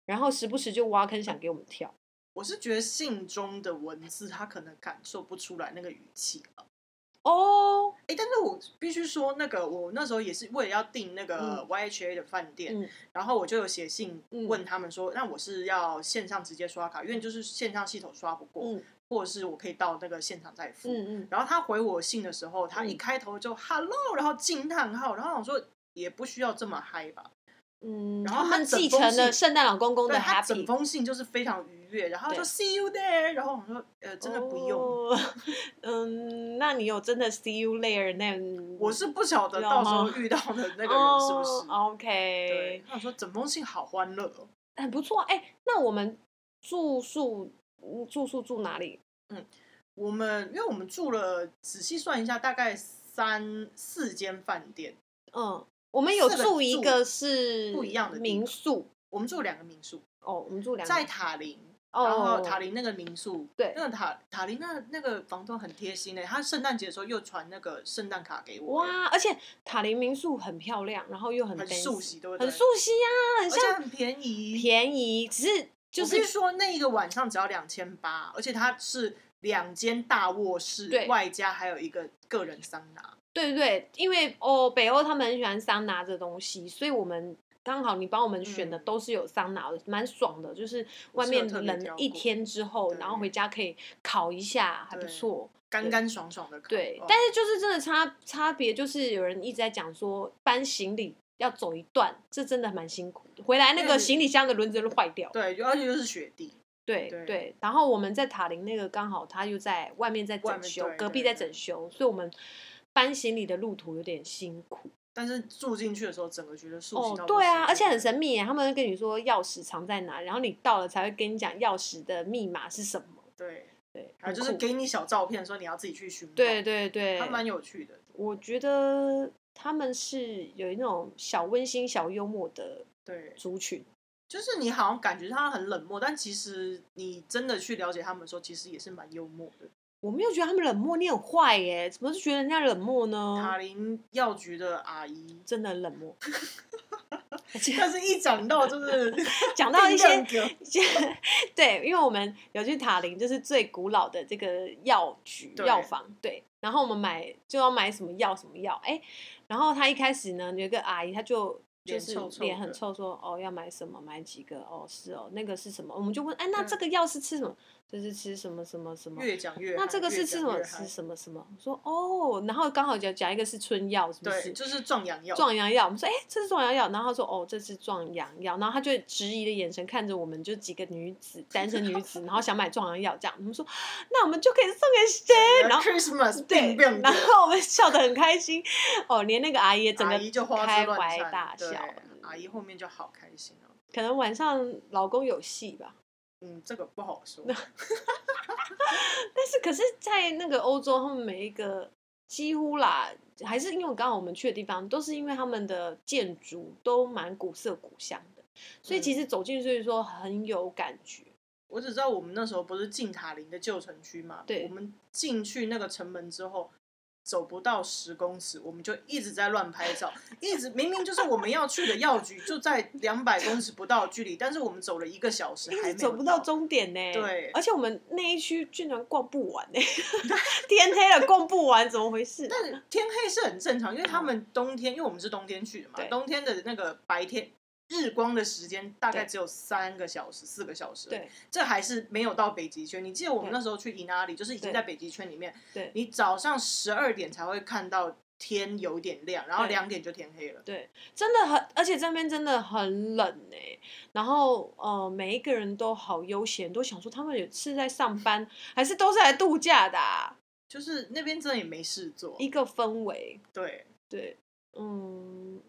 Speaker 1: 然后时不时就挖坑想给我们跳。
Speaker 2: 我是觉得信中的文字，他可能感受不出来那个语气了。
Speaker 1: 哦，
Speaker 2: 哎，但是我必须说，那个我那时候也是为了要订那个 YHA 的饭店，
Speaker 1: 嗯
Speaker 2: 然后我就有写信
Speaker 1: 嗯
Speaker 2: 问他们说，那我是要线上直接刷卡，因为就是线上系统刷不过，
Speaker 1: 嗯
Speaker 2: 或者是我可以到那个现场再付。
Speaker 1: 嗯嗯，
Speaker 2: 然后他回我信的时候，他一
Speaker 1: 嗯
Speaker 2: 开头就 “hello”，然后惊叹号，然后我说也不需要这么嗨吧，
Speaker 1: 嗯，
Speaker 2: 然
Speaker 1: 他
Speaker 2: 后他
Speaker 1: 们
Speaker 2: 整
Speaker 1: 继承
Speaker 2: 封
Speaker 1: 了
Speaker 2: 信
Speaker 1: 圣诞老公公的
Speaker 2: 对他整
Speaker 1: happy。
Speaker 2: 封信就是非常愉悦，然后他说
Speaker 1: 对
Speaker 2: “see you there”，然后我说呃真的不用。
Speaker 1: 哦。嗯，那你有真的 see you later 那？
Speaker 2: 我是不晓得到时候遇到的那个人是不是。
Speaker 1: 哦、？OK，
Speaker 2: 对，他说整封信好欢乐哦。
Speaker 1: 很不错。哎、那我们住宿嗯住宿住哪里？
Speaker 2: 我们因为我们住了，仔细算一下，大概三四间饭店，
Speaker 1: 嗯，我们有
Speaker 2: 四个
Speaker 1: 住一
Speaker 2: 住
Speaker 1: 个是
Speaker 2: 不一样的地
Speaker 1: 民
Speaker 2: 方
Speaker 1: 宿
Speaker 2: 我们住了两个民宿，
Speaker 1: 哦，我们住两个
Speaker 2: 在塔林。
Speaker 1: 哦，
Speaker 2: 然后塔林那个民宿，
Speaker 1: 对
Speaker 2: 那个塔塔林那那个房东很贴心的、他圣诞节的时候又传那个圣诞卡给我，
Speaker 1: 哇，而且塔林民宿很漂亮，然后又很
Speaker 2: 很
Speaker 1: fancy
Speaker 2: 熟悉，对不对？
Speaker 1: 很熟悉啊，很
Speaker 2: 而且
Speaker 1: 像
Speaker 2: 很便宜，
Speaker 1: 便宜，只是就
Speaker 2: 我必
Speaker 1: 是
Speaker 2: 须说那一个晚上只要两千八，而且它是两间大卧室
Speaker 1: 对，
Speaker 2: 外加还有一个个人桑拿，
Speaker 1: 对对对，因为哦，北欧他们很喜欢桑拿这东西，所以我们刚好你帮我们选的
Speaker 2: 嗯
Speaker 1: 都是有桑拿的，蛮爽的。就是外面
Speaker 2: 我是有特别
Speaker 1: 冷
Speaker 2: 挑
Speaker 1: 一
Speaker 2: 过
Speaker 1: 天之后，
Speaker 2: 对
Speaker 1: 然后回家可以烤一下，还不
Speaker 2: 对
Speaker 1: 错。
Speaker 2: 干干爽爽的烤。
Speaker 1: 对，
Speaker 2: 哦
Speaker 1: 但是就是真的差差别，就是有人一直在讲说搬行李要走一段，这真的蛮辛苦的。回来那
Speaker 2: 对
Speaker 1: 个行李箱的轮子都坏掉。
Speaker 2: 对，就而且又是雪地，
Speaker 1: 对
Speaker 2: 对
Speaker 1: 对，然后我们在塔林那个刚好他又在外面在
Speaker 2: 外
Speaker 1: 整
Speaker 2: 面
Speaker 1: 修
Speaker 2: 对，
Speaker 1: 隔
Speaker 2: 对
Speaker 1: 壁在
Speaker 2: 对
Speaker 1: 整修，所以我们搬行李的路途有点辛苦。
Speaker 2: 但是住进去的时候，整个觉得肃
Speaker 1: 哦
Speaker 2: 清到，不
Speaker 1: 对啊，
Speaker 2: 行
Speaker 1: 而且很神秘耶，他们会跟你说钥匙藏在哪，然后你到了才会跟你讲钥匙的密码是什么。
Speaker 2: 对，
Speaker 1: 对，
Speaker 2: 还有就是
Speaker 1: 很酷
Speaker 2: 给你小照片，说你要自己去寻宝，
Speaker 1: 对对对，
Speaker 2: 还蛮有趣的。
Speaker 1: 我觉得他们是有那种小温馨、小幽默的
Speaker 2: 对，
Speaker 1: 族群，
Speaker 2: 就是你好像感觉他很冷漠，但其实你真的去了解他们的时候，其实也是蛮幽默的。
Speaker 1: 我没有觉得他们冷漠，你很坏耶，怎么是觉得人家冷漠呢
Speaker 2: 塔？林药局的阿姨，
Speaker 1: 真的很冷漠，而且
Speaker 2: 但是一讲到就是
Speaker 1: 讲 到一些
Speaker 2: 定量的
Speaker 1: 对，因为我们有去塔林，就是最古老的这个药局
Speaker 2: 对
Speaker 1: 药房，对。然后我们买就要买什么药什么药，哎，然后他一开始呢，有一个阿姨，她就就
Speaker 2: 脸
Speaker 1: 是
Speaker 2: 臭臭
Speaker 1: 脸很
Speaker 2: 的
Speaker 1: 臭说，哦要买什么买几个，哦是哦那个是什么，我们就问，哎那
Speaker 2: 对
Speaker 1: 这个药是吃什么？就是吃什么什么什么，
Speaker 2: 嗯越讲越嗨
Speaker 1: 那这个是吃什么？
Speaker 2: 越讲
Speaker 1: 吃
Speaker 2: 越嗨
Speaker 1: 什么什么？我说哦，然后刚好讲讲一个是春药，是不
Speaker 2: 对，
Speaker 1: 是？
Speaker 2: 就是壮阳药。
Speaker 1: 壮阳药，我们说，哎、这是壮阳药，然后他说，哦，这是壮阳药，然后他就质疑的眼神看着我们，就几个女 子，单身女子，然后想买壮阳药，这样，我们说，那我们就可以送给谁？然后
Speaker 2: Christmas
Speaker 1: 对
Speaker 2: 病病，
Speaker 1: 然后我们笑得很开心，哦，连那个阿姨也整
Speaker 2: 阿
Speaker 1: 个
Speaker 2: 姨就花
Speaker 1: 开
Speaker 2: 枝
Speaker 1: 怀
Speaker 2: 乱颤，
Speaker 1: 大
Speaker 2: 对
Speaker 1: 笑，
Speaker 2: 阿姨后面就好开心哦。
Speaker 1: 可能晚上老公有戏吧，
Speaker 2: 嗯，这个不好 说。
Speaker 1: 但是可是，在那个欧洲，他们每一个几乎啦，还是因为刚好我们去的地方，都是因为他们的建筑都蛮古色古香的，所以其实走进去说很有感觉。
Speaker 2: 我只知道我们那时候不是进塔林的旧城区嘛，
Speaker 1: 对
Speaker 2: 我们进去那个城门之后。走不到十公尺，我们就一直在乱拍照，一直明明就是我们要去的药局就在两百公尺不到的距离，但是我们走了一个小时，
Speaker 1: 一直
Speaker 2: 还没
Speaker 1: 走
Speaker 2: 有
Speaker 1: 不到终点呢、
Speaker 2: 对
Speaker 1: 而且我们那一区居然逛不完呢、 天黑了逛不完，怎么回事？啊
Speaker 2: 但是天黑是很正常，因为他们冬天，因为我们是冬天去的嘛
Speaker 1: 嗯对，
Speaker 2: 冬天的那个白天日光的时间大概
Speaker 1: 对
Speaker 2: 只有三个小时、四个小时。
Speaker 1: 对，
Speaker 2: 这还是没有到北极圈。你记得我们
Speaker 1: 对
Speaker 2: 那时候去伊那里，就是已经
Speaker 1: 对
Speaker 2: 在北极圈里面。
Speaker 1: 对
Speaker 2: 你早上十二点才会看到天有点亮，然后
Speaker 1: 对
Speaker 2: 两点就天黑了。
Speaker 1: 真的很，而且这边真的很冷哎、然后呃，每一个人都好悠闲，都想说他们有是在上班，还是都是来度假的、啊？
Speaker 2: 就是那边真的也没事做，
Speaker 1: 一个氛围，
Speaker 2: 对，
Speaker 1: 对，嗯，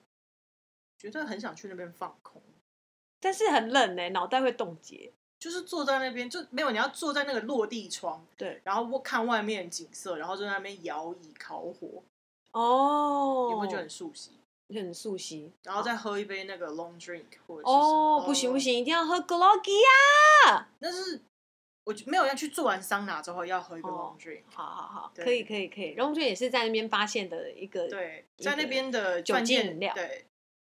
Speaker 2: 觉得很想去那边放空。
Speaker 1: 但是很冷呢、欸脑袋会冻结。
Speaker 2: 就是坐在那边就没有，你要坐在那个落地窗，
Speaker 1: 对，
Speaker 2: 然后看外面景色，然后就在那边摇椅烤火，
Speaker 1: 哦，
Speaker 2: 你会觉得很熟悉。
Speaker 1: 很熟悉？
Speaker 2: 然后再喝一杯那个 long drink 或者是什么
Speaker 1: 哦，不行不，行，一定要喝 Gloggy 呀、
Speaker 2: 但是我觉没有要去做完桑拿之后要喝一个
Speaker 1: 哦
Speaker 2: long drink，、
Speaker 1: 好好好，
Speaker 2: 对
Speaker 1: 可以可以可以。荣俊也是在那边发现的一个，
Speaker 2: 对，
Speaker 1: 一
Speaker 2: 在那
Speaker 1: 个
Speaker 2: 边的
Speaker 1: 酒
Speaker 2: 饭
Speaker 1: 精
Speaker 2: 店
Speaker 1: 饮料
Speaker 2: 对，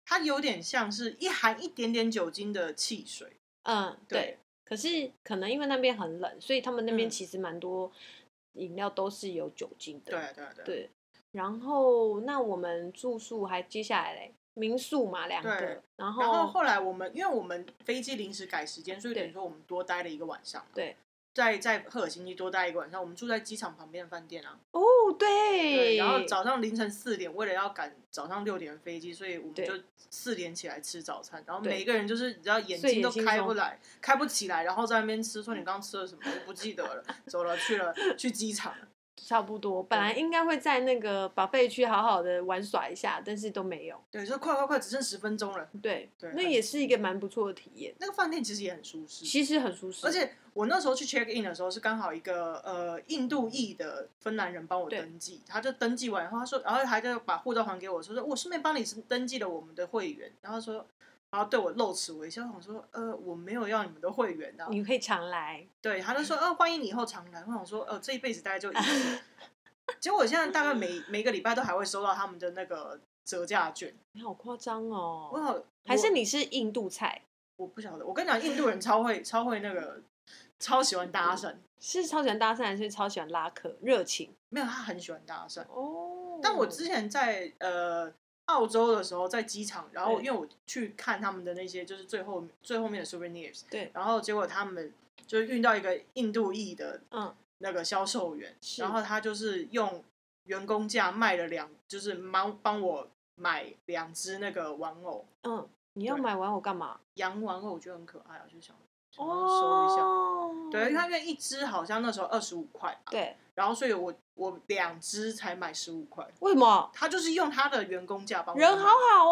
Speaker 2: 它有点像是一含一点点酒精的汽水，
Speaker 1: 嗯对
Speaker 2: 对。
Speaker 1: 可是可能因为那边很冷，所以他们那边
Speaker 2: 嗯
Speaker 1: 其实蛮多饮料都是有酒精的。
Speaker 2: 对啊对啊对啊
Speaker 1: 对然后那我们住宿还接下来嘞，民宿嘛两个
Speaker 2: 对，
Speaker 1: 然
Speaker 2: 然后后来我们因为我们飞机临时改时间，所以
Speaker 1: 对
Speaker 2: 等于说我们多待了一个晚上，
Speaker 1: 对。
Speaker 2: 在在赫尔辛基多待一个晚上，我们住在机场旁边的饭店啊。
Speaker 1: 哦
Speaker 2: 对，
Speaker 1: 对，
Speaker 2: 然后早上凌晨四点，为了要赶早上六点的飞机，所以我们
Speaker 1: 对
Speaker 2: 就四点起来吃早餐，然后
Speaker 1: 对
Speaker 2: 每一个人就是你知道眼
Speaker 1: 睡眼
Speaker 2: 睛都
Speaker 1: 惺
Speaker 2: 开
Speaker 1: 忪嗯
Speaker 2: 不来，开不起来，然后在那边吃，说你刚刚吃了什么，我不记得了，走了去了去机场，
Speaker 1: 差不多，本来应该会在那个把费区好好的玩耍一下，但是都没有。
Speaker 2: 对，说快快快，只剩十分钟了。
Speaker 1: 对，
Speaker 2: 对
Speaker 1: 那也是一个蛮不错的体验，
Speaker 2: 那个饭店其实也很舒适，
Speaker 1: 其实很舒适，
Speaker 2: 而且我那时候去 check in 的时候是刚好一个呃印度裔的芬兰人帮我
Speaker 1: 对
Speaker 2: 登记，他就登记完，然后他说，然后还就把护照还给我，说说我顺便帮你登记了我们的会员，然后他说。然后对我露齿微笑，我想说，呃，我没有要你们的会员的、
Speaker 1: 你可以常来。
Speaker 2: 对，他就说，呃，欢迎你以后常来。我想说，呃，这一辈子大概就一次。 结果我现在大概每每个礼拜都还会收到他们的那个折价券。
Speaker 1: 你好夸张
Speaker 2: 我
Speaker 1: 哦！
Speaker 2: 好，
Speaker 1: 还是
Speaker 2: 我
Speaker 1: 你是印度菜，
Speaker 2: 我不晓得。我跟你讲，印度人超会超会那个，超喜欢搭讪。
Speaker 1: 是超喜欢搭讪，还是超喜欢拉客热情？
Speaker 2: 没有，他很喜欢搭讪。
Speaker 1: 哦，
Speaker 2: 但我之前在呃澳洲的时候，在机场，然后
Speaker 1: 对
Speaker 2: 因为我去看他们的那些就是最后最后面的 souvenirs，
Speaker 1: 对，
Speaker 2: 然后结果他们就是遇到一个印度裔的
Speaker 1: 嗯
Speaker 2: 那个销售员，
Speaker 1: 是
Speaker 2: 然后他就是用员工价卖了两，就是帮帮我买两只那个玩偶，
Speaker 1: 嗯，你要
Speaker 2: 对
Speaker 1: 买玩偶干嘛？
Speaker 2: 洋玩偶，我觉得很可爱，我啊就想想要收一下。
Speaker 1: 哦，
Speaker 2: 对，因为它因为一只好像那时候二十五块吧，
Speaker 1: 对，
Speaker 2: 然后所以我我两只才买十五块，
Speaker 1: 为什么
Speaker 2: 他就是用他的员工价帮我
Speaker 1: 人
Speaker 2: 买
Speaker 1: 好好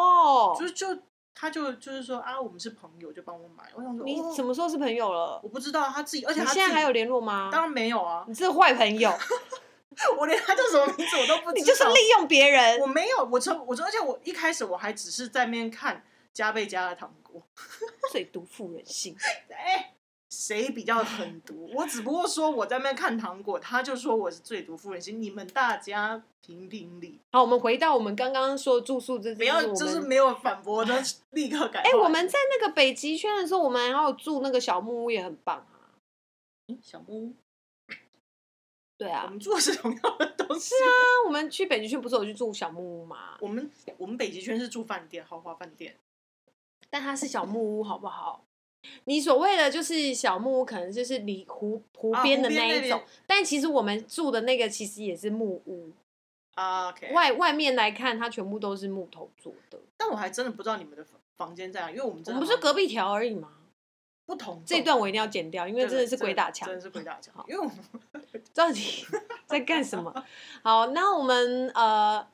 Speaker 1: 哦？
Speaker 2: 就就他就就是说啊，我们是朋友，就帮我买。我想说，
Speaker 1: 你
Speaker 2: 哦
Speaker 1: 什么时候是朋友了
Speaker 2: 我？不知道他自己，而且
Speaker 1: 你
Speaker 2: 他
Speaker 1: 现在
Speaker 2: 自己
Speaker 1: 还有联络吗？
Speaker 2: 当然没有啊，
Speaker 1: 你这坏朋友，
Speaker 2: 我连他叫什么名字我都不知道。
Speaker 1: 你就是利用别人
Speaker 2: 我。没有，我从我从，而且我一开始我还只是在那边看加倍加的糖果，
Speaker 1: 最毒妇人心，
Speaker 2: 哎、谁比较狠毒？我只不过说我在那边看糖果，他就说我是最毒妇人心。你们大家评评理，
Speaker 1: 好，我们回到我们刚刚说的住宿这，
Speaker 2: 不要
Speaker 1: 我
Speaker 2: 就是
Speaker 1: 们。
Speaker 2: 没有反 驳的，立刻改话
Speaker 1: 哎、
Speaker 2: 题。
Speaker 1: 我们在那个北极圈的时候，我们还有住那个小木屋，也很棒啊。
Speaker 2: 嗯小木屋，
Speaker 1: 对
Speaker 2: 我
Speaker 1: 啊，
Speaker 2: 们做的是同样的东西。
Speaker 1: 那我们去北极圈不是有去住小木屋吗？
Speaker 2: 我们我们北极圈是住饭店，豪华饭店，
Speaker 1: 但它是小木屋，好不好？你所谓的就是小木屋，可能就是离湖湖
Speaker 2: 啊
Speaker 1: 边
Speaker 2: 湖
Speaker 1: 的
Speaker 2: 边
Speaker 1: 那
Speaker 2: 那
Speaker 1: 一
Speaker 2: 边
Speaker 1: 种，但其实我们住的那个其实也是木屋，
Speaker 2: 啊，OK。
Speaker 1: 外外面来看它全部都是木头做的。
Speaker 2: 但我还真的不知道你们的房房间在哪，因为我们
Speaker 1: 我
Speaker 2: 真
Speaker 1: 们
Speaker 2: 的
Speaker 1: 不是隔壁条而已吗？
Speaker 2: 不同
Speaker 1: 这一段我一定要剪掉，因为
Speaker 2: 栋
Speaker 1: 真的是鬼打墙
Speaker 2: 真。的是鬼打墙
Speaker 1: 好，
Speaker 2: 因为我们
Speaker 1: 到底 在干什么？好，那我们呃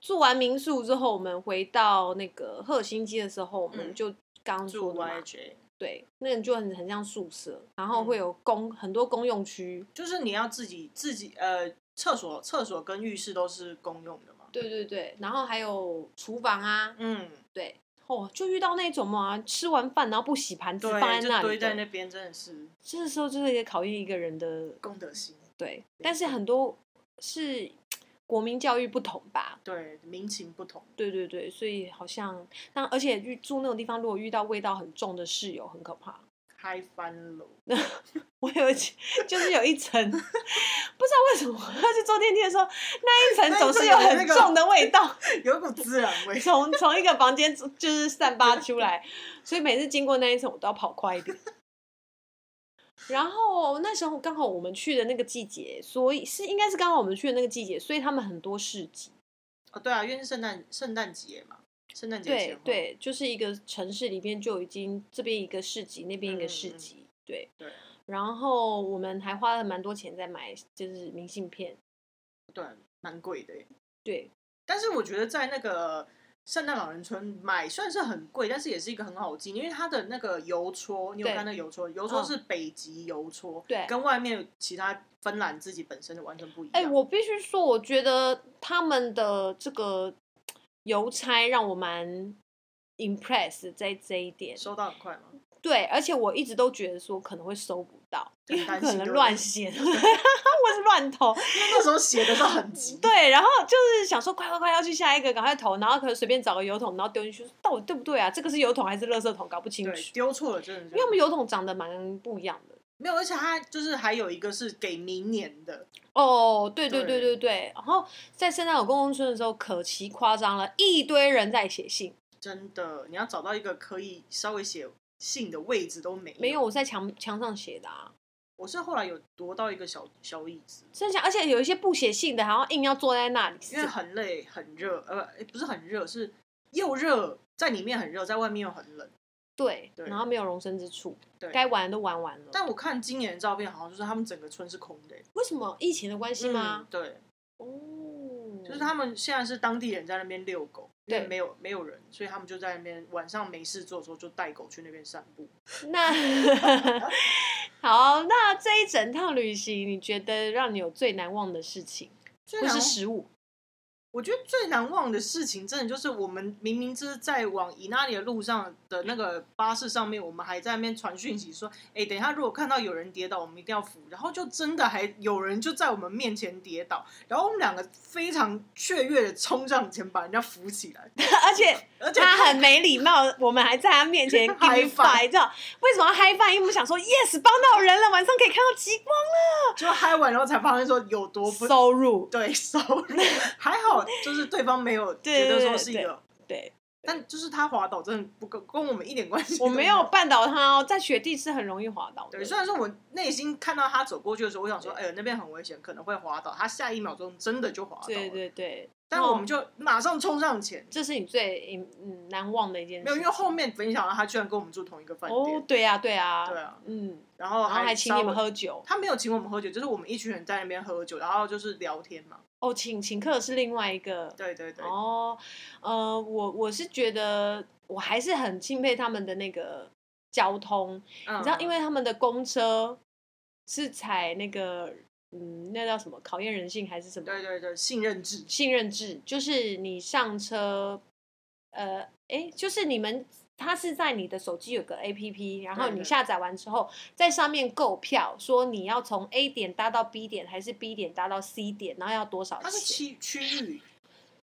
Speaker 1: 住完民宿之后，我们回到那个赫尔辛基的时候，我们
Speaker 2: 嗯
Speaker 1: 就刚说
Speaker 2: 住
Speaker 1: 的嘛
Speaker 2: YJ，
Speaker 1: 对，那个就很很像宿舍，然后
Speaker 2: 嗯
Speaker 1: 会有公、很多公用区，
Speaker 2: 就是你要自己自己呃，厕所厕所跟浴室都是公用的嘛。
Speaker 1: 对对对，然后还有厨房啊，
Speaker 2: 嗯，
Speaker 1: 对，哦，就遇到那种嘛，吃完饭然后不洗盘子放
Speaker 2: 对，
Speaker 1: 在那里
Speaker 2: 就堆在
Speaker 1: 的，
Speaker 2: 那边真的是
Speaker 1: 这时候就是也考验一个人的
Speaker 2: 功德心，
Speaker 1: 对，但是很多是国民教育不同吧，
Speaker 2: 对，民情不同。
Speaker 1: 对对对，所以好像那而且遇住那种地方，如果遇到味道很重的室友，很可怕。
Speaker 2: 嗨翻楼，
Speaker 1: 我有一次就是有一层， 不知道为什么要去坐电梯的时候，那一层总是有很重的味 道，。
Speaker 2: 有一股孜然味
Speaker 1: 从从一个房间就是散发出来，所以每次经过那一层，我都要跑快一点。然后那时候刚好我们去的那个季节，所以是应该是刚好我们去的那个季节，所以他们很多市集，
Speaker 2: 哦，对啊，因为是圣诞圣诞节嘛，圣诞节前
Speaker 1: 对
Speaker 2: 后
Speaker 1: 对，就是一个城市里面就已经这边一个市集，那边一
Speaker 2: 嗯
Speaker 1: 个
Speaker 2: 嗯
Speaker 1: 市
Speaker 2: 嗯
Speaker 1: 集，对。
Speaker 2: 对
Speaker 1: 然后我们还花了蛮多钱在买，就是明信片，
Speaker 2: 对，蛮贵的耶。
Speaker 1: 对，
Speaker 2: 但是我觉得在那个圣诞老人村买虽然是很贵，但是也是一个很好进，因为它的那个邮戳，你有
Speaker 1: 对
Speaker 2: 看那个邮戳？邮戳
Speaker 1: 嗯
Speaker 2: 是北极邮戳，
Speaker 1: 对
Speaker 2: 跟外面其他芬兰自己本身的完全不一样。
Speaker 1: 哎、我必须说，我觉得他们的这个邮差让我蛮 impress 在这一点，
Speaker 2: 收到很快吗？
Speaker 1: 对，而且我一直都觉得说可能会收不到，因
Speaker 2: 很
Speaker 1: 为
Speaker 2: 担
Speaker 1: 可
Speaker 2: 心
Speaker 1: 能
Speaker 2: 对不
Speaker 1: 乱
Speaker 2: 对
Speaker 1: 写， 或是乱投，
Speaker 2: 因为那时候写的都 很急，
Speaker 1: 对，然后就是想说快快快要去下一个，赶快投，然后可能随便找个油桶，然后丢进去，到底对不对啊？这个是油桶还是垃圾桶？搞不清楚，
Speaker 2: 对，丢错了真的是。
Speaker 1: 因为我们油桶长得蛮不一样的。
Speaker 2: 没有，而且它就是还有一个是给明年的，
Speaker 1: 哦，对对对对
Speaker 2: 对
Speaker 1: 对，然后在圣诞老公公村的时候，可奇夸张了，一堆人在写信，
Speaker 2: 真的，你要找到一个可以稍微写信的位置都没有。
Speaker 1: 没有，我在墙墙上写的啊，
Speaker 2: 我是后来有夺到一个小小椅子，
Speaker 1: 剩下而且有一些不写信的，然后硬要坐在 那里，
Speaker 2: 因为很累很热，呃，诶不是很热，是又热，在里面很热，在外面又很冷。
Speaker 1: 对，
Speaker 2: 对
Speaker 1: 然后没有容身之处，
Speaker 2: 对
Speaker 1: 该玩的都玩完了，
Speaker 2: 但我看今年的照片，好像就是他们整个村是空的、
Speaker 1: 为什么疫情的关系
Speaker 2: 吗？
Speaker 1: 吗？
Speaker 2: 对，
Speaker 1: 哦，
Speaker 2: 嗯就是他们现在是当地人在那边遛狗，因为
Speaker 1: 对
Speaker 2: 没有没有人，所以他们就在那边晚上没事做的时候就带狗去那边散步。
Speaker 1: 那 好，那这一整趟旅行，你觉得让你有最难忘的事情，
Speaker 2: 最
Speaker 1: 不
Speaker 2: 难
Speaker 1: 是啊
Speaker 2: 忘，
Speaker 1: 食物？
Speaker 2: 我觉得最难忘的事情，真的就是我们明明就是在往伊那里的路上的那个巴士上面，我们还在那边传讯息说，哎，等一下如果看到有人跌倒，我们一定要扶。然后就真的还有人就在我们面前跌倒，然后我们两个非常雀跃的冲上前把人家扶起来，
Speaker 1: 而且
Speaker 2: 而且
Speaker 1: 他很没礼貌，我们还在他面 前嗨
Speaker 2: High
Speaker 1: 翻，
Speaker 2: five
Speaker 1: 知道为什么要嗨翻？因为我们想说，yes，帮到人了，晚上可以看到极光
Speaker 2: 就嗨完，然后才发现说有多不
Speaker 1: 收入。
Speaker 2: 对手，还好就是对方没有
Speaker 1: 对
Speaker 2: 觉
Speaker 1: 对
Speaker 2: 得
Speaker 1: 对
Speaker 2: 说是一个，
Speaker 1: 对，
Speaker 2: 但就是他滑倒真的不跟跟我们一点关系，
Speaker 1: 我没有。绊倒他哦，在雪地是很容易滑倒的
Speaker 2: 对，。虽然说我内心看到他走过去的时候，我想说，哎呦那边很危险，可能会滑倒。他下一秒钟真的就滑倒了，
Speaker 1: 对对对，
Speaker 2: 但我们就马上冲上前，
Speaker 1: 这是你最嗯嗯难忘的一件事情。
Speaker 2: 没有，因为后面没想到他居然跟我们住同一个饭
Speaker 1: 哦
Speaker 2: 店，，
Speaker 1: 对呀对呀，
Speaker 2: 对啊，
Speaker 1: 嗯，
Speaker 2: 然后
Speaker 1: 然后还请你们
Speaker 2: 稍微。
Speaker 1: 喝酒。
Speaker 2: 他没有请我们喝酒，就是我们一群人在那边喝酒，然后就是聊天嘛。
Speaker 1: 哦，请请客是另外一个哦
Speaker 2: 对对对，
Speaker 1: 哦，呃，我我是觉得我还是很钦佩他们的那个交通，
Speaker 2: 嗯
Speaker 1: 你知道，因为他们的公车是采那个嗯，那叫什么考验人性还是什么？
Speaker 2: 对对对，信任制，
Speaker 1: 信任制，就是你上车，呃，哎，就是你们，它是在你的手机有个 A P P，然后
Speaker 2: 对
Speaker 1: 你
Speaker 2: 对
Speaker 1: 下载完之后，在上面购票，说你要从 A 点搭到 B 点，还是 B 点搭到 C 点，然后要多少
Speaker 2: 它是
Speaker 1: 钱？
Speaker 2: 区区域，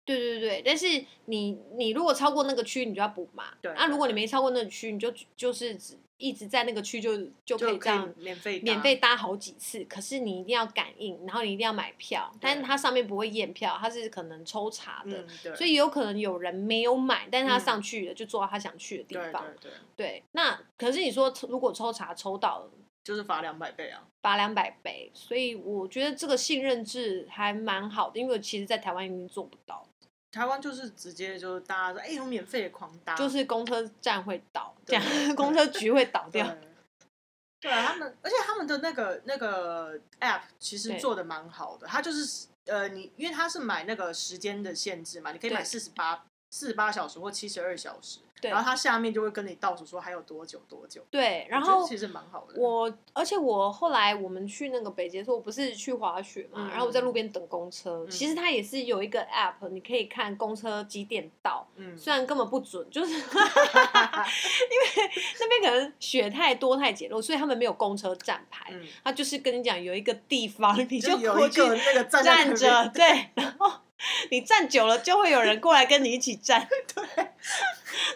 Speaker 1: 对对对，但是你你如果超过那个区，你就要补嘛。
Speaker 2: 对
Speaker 1: 那、如果
Speaker 2: 对
Speaker 1: 你没超过那个区，你就就是只一直在那个区就就可以这
Speaker 2: 就可以
Speaker 1: 样
Speaker 2: 免费搭
Speaker 1: 免费搭好几次，可是你一定要感应，然后你一定要买票，但是它上面不会验票，它是可能抽查的，
Speaker 2: 嗯，对，
Speaker 1: 所以有可能有人没有买，但是他
Speaker 2: 嗯
Speaker 1: 上去了就坐到他想去的地
Speaker 2: 对
Speaker 1: 方。
Speaker 2: 对对，
Speaker 1: 对那可是你说如果抽查抽到了
Speaker 2: 就是罚两百倍啊，
Speaker 1: 罚两百倍，所以我觉得这个信任制还蛮好的，因为其实在台湾已经做不到，
Speaker 2: 台湾就是直接就大家说，哎、有免费的狂搭，
Speaker 1: 就是公车站会倒，这
Speaker 2: 对
Speaker 1: 样公车局会倒
Speaker 2: 对
Speaker 1: 掉。。
Speaker 2: 对啊，他们，而且他们的那个那个 app 其实
Speaker 1: 对
Speaker 2: 做的蛮好的，它就是呃，你因为它是买那个时间的限制嘛，你可以买
Speaker 1: 对
Speaker 2: 四十八四十八小时或七十二小时，
Speaker 1: 对
Speaker 2: 然后它下面就会跟你倒数说还有多久多久，
Speaker 1: 对，然
Speaker 2: 我觉得
Speaker 1: 后
Speaker 2: 其实蛮好的。
Speaker 1: 我，而且我后来我们去那个北捷的时候，我不是去滑雪嘛，
Speaker 2: 嗯
Speaker 1: 然后我在路边等公车。其实它也是有一个 app，你可以看公车几点到，
Speaker 2: 嗯，
Speaker 1: 虽然根本不准，就是 因为那边可能雪太多太简陋，所以他们没有公车站牌，
Speaker 2: 嗯，
Speaker 1: 他就是跟你讲有一个地方你
Speaker 2: 就有
Speaker 1: 过
Speaker 2: 一
Speaker 1: 去
Speaker 2: 个那个站在那
Speaker 1: 站
Speaker 2: 边
Speaker 1: 着，对，然后你站久了就会有人过来跟你一起 站。对，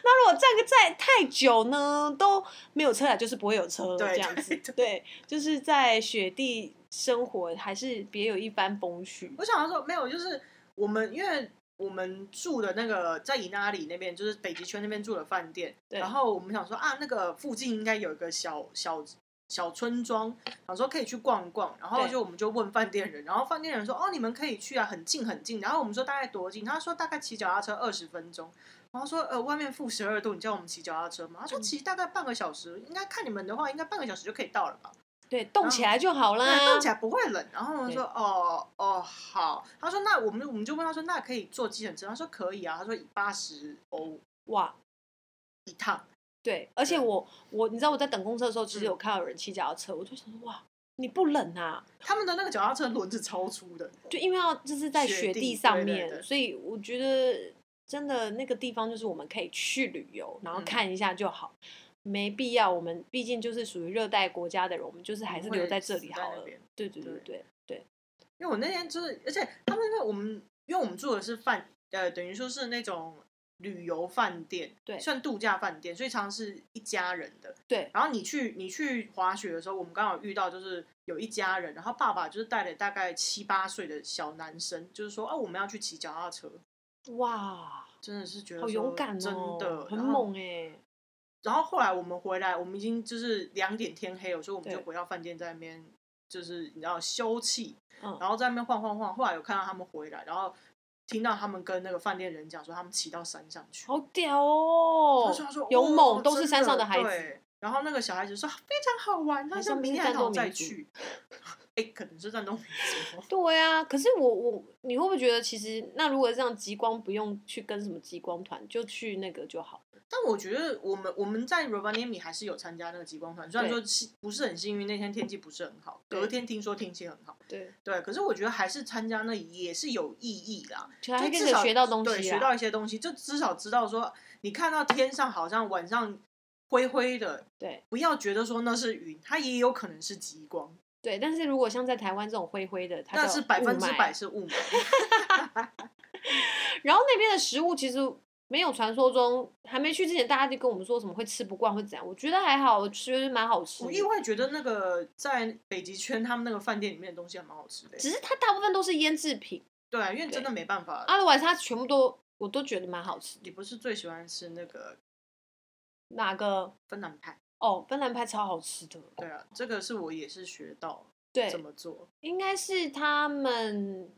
Speaker 1: 那如果站个站太久呢，都没有车来，就是不会有车了
Speaker 2: 对
Speaker 1: 这样子。
Speaker 2: 对
Speaker 1: 对，就是在雪地生活还是别有一番风趣。
Speaker 2: 我想要说，没有，就是我们因为我们住的那个在伊那里那边，就是北极圈那边住的饭店，
Speaker 1: 对
Speaker 2: 然后我们想说啊，那个附近应该有一个小小。小村庄，想说可以去逛逛，然后
Speaker 1: 对
Speaker 2: 就我们就问饭店人，然后饭店人说哦，你们可以去啊，很近很近。然后我们说大概多近，他说大概骑脚踏车二十分钟。然后说呃，外面负十二度，你叫我们骑脚踏车吗？
Speaker 1: 嗯
Speaker 2: 他说骑大概半个小时，应该看你们的话，应该半个小时就可以到了吧。
Speaker 1: 对，动起来就好
Speaker 2: 嗯对，
Speaker 1: 啦
Speaker 2: 动。起来不会冷。然后我说哦哦好，他说那我们我们就问他说那可以坐计程车？他说可以啊，他说八十欧
Speaker 1: 哇，
Speaker 2: 一趟，
Speaker 1: 对，而且
Speaker 2: 对
Speaker 1: 我我你知道我在等公车的时候，其实
Speaker 2: 嗯
Speaker 1: 有看到有人骑脚踏车，我就想说哇，你不冷啊？
Speaker 2: 他们的那个脚踏车轮子超粗的，
Speaker 1: 就因为要就是在
Speaker 2: 雪
Speaker 1: 雪
Speaker 2: 地
Speaker 1: 地
Speaker 2: 对
Speaker 1: 上
Speaker 2: 对
Speaker 1: 面，
Speaker 2: 对
Speaker 1: 所以我觉得真的那个地方就是我们可以去旅游，然后
Speaker 2: 嗯
Speaker 1: 看一下就好，没必要。我们毕竟就是属于热带国家的人，我们就是还是
Speaker 2: 不会
Speaker 1: 留在这
Speaker 2: 死
Speaker 1: 里
Speaker 2: 在
Speaker 1: 好
Speaker 2: 那
Speaker 1: 了
Speaker 2: 边。
Speaker 1: 对对对
Speaker 2: 对
Speaker 1: 对，
Speaker 2: 因为我那天就是，而且他们那我们因为我们住的是饭呃，等于说是那种旅游饭店，
Speaker 1: 对
Speaker 2: 算度假饭店，所以常是一家人的。
Speaker 1: 对
Speaker 2: 然后你去你去滑雪的时候，我们刚好遇到就是有一家人，然后爸爸就是带了大概七八岁的小男生，就是说哦，我们要去骑脚踏车，
Speaker 1: 哇，
Speaker 2: 真的是觉得
Speaker 1: 好
Speaker 2: 说
Speaker 1: 勇敢
Speaker 2: 真
Speaker 1: 哦，
Speaker 2: 的
Speaker 1: 很
Speaker 2: 然后
Speaker 1: 猛哎。
Speaker 2: 然后后来我们回来，我们已经就是两点天黑了，所以我们
Speaker 1: 对
Speaker 2: 就回到饭店在那边，就是你知道休憩，
Speaker 1: 嗯
Speaker 2: 然后在那边晃晃晃。后来有看到他们回来，然后听到他们跟那个饭店人讲说他们骑到山上去，
Speaker 1: 好屌哦
Speaker 2: 他说他说！
Speaker 1: 勇猛
Speaker 2: 哦
Speaker 1: 都是山上
Speaker 2: 真的
Speaker 1: 孩子，
Speaker 2: 对然后那个小孩子说啊非常好玩，他
Speaker 1: 还
Speaker 2: 说
Speaker 1: 是
Speaker 2: 明
Speaker 1: 民
Speaker 2: 天
Speaker 1: 族
Speaker 2: 还好
Speaker 1: 战斗
Speaker 2: 再
Speaker 1: 民族
Speaker 2: 去。 哎，可能是战斗民族。
Speaker 1: 对啊。可是我我你会不会觉得，其实那如果这样极光不用去跟什么极光团，就去那个就好。
Speaker 2: 但我觉得我们我们在 Rovaniemi 还是有参加那个极光团，虽然
Speaker 1: 对
Speaker 2: 说是不是很幸运，那天天气不是很好，
Speaker 1: 对
Speaker 2: 隔天听说天气很好。
Speaker 1: 对，
Speaker 2: 对，可是我觉得还是参加那也是有意义啦，
Speaker 1: 就还
Speaker 2: 就
Speaker 1: 可以
Speaker 2: 至少
Speaker 1: 学到东西
Speaker 2: 对，
Speaker 1: 啊。
Speaker 2: 学到一些东西，就至少知道说，你看到天上好像晚上灰灰的，
Speaker 1: 对，
Speaker 2: 不要觉得说那是云，它也有可能是极光，
Speaker 1: 对，但是如果像在台湾这种灰灰的，它
Speaker 2: 但
Speaker 1: 叫
Speaker 2: 是百
Speaker 1: 雾
Speaker 2: 分之
Speaker 1: 霾
Speaker 2: 百。是雾霾。
Speaker 1: 然后那边的食物其实没有传说中，还没去之前大家就跟我们说什么会吃不惯会怎样，我觉得还好，我觉得蛮好吃
Speaker 2: 我
Speaker 1: 的。
Speaker 2: 意外觉得那个在北极圈他们那个饭店里面的东西还蛮好吃的，
Speaker 1: 只是它大部分都是腌制品
Speaker 2: 对啊，因为真的没办法，
Speaker 1: ，otherwise 它全部都我都觉得蛮好吃的。
Speaker 2: 你不是最喜欢吃那个
Speaker 1: 哪个？
Speaker 2: 芬兰派？
Speaker 1: 哦，芬兰派超好吃的。
Speaker 2: 对啊，这个是我也是学到
Speaker 1: 对
Speaker 2: 怎，么做，
Speaker 1: 应该是他们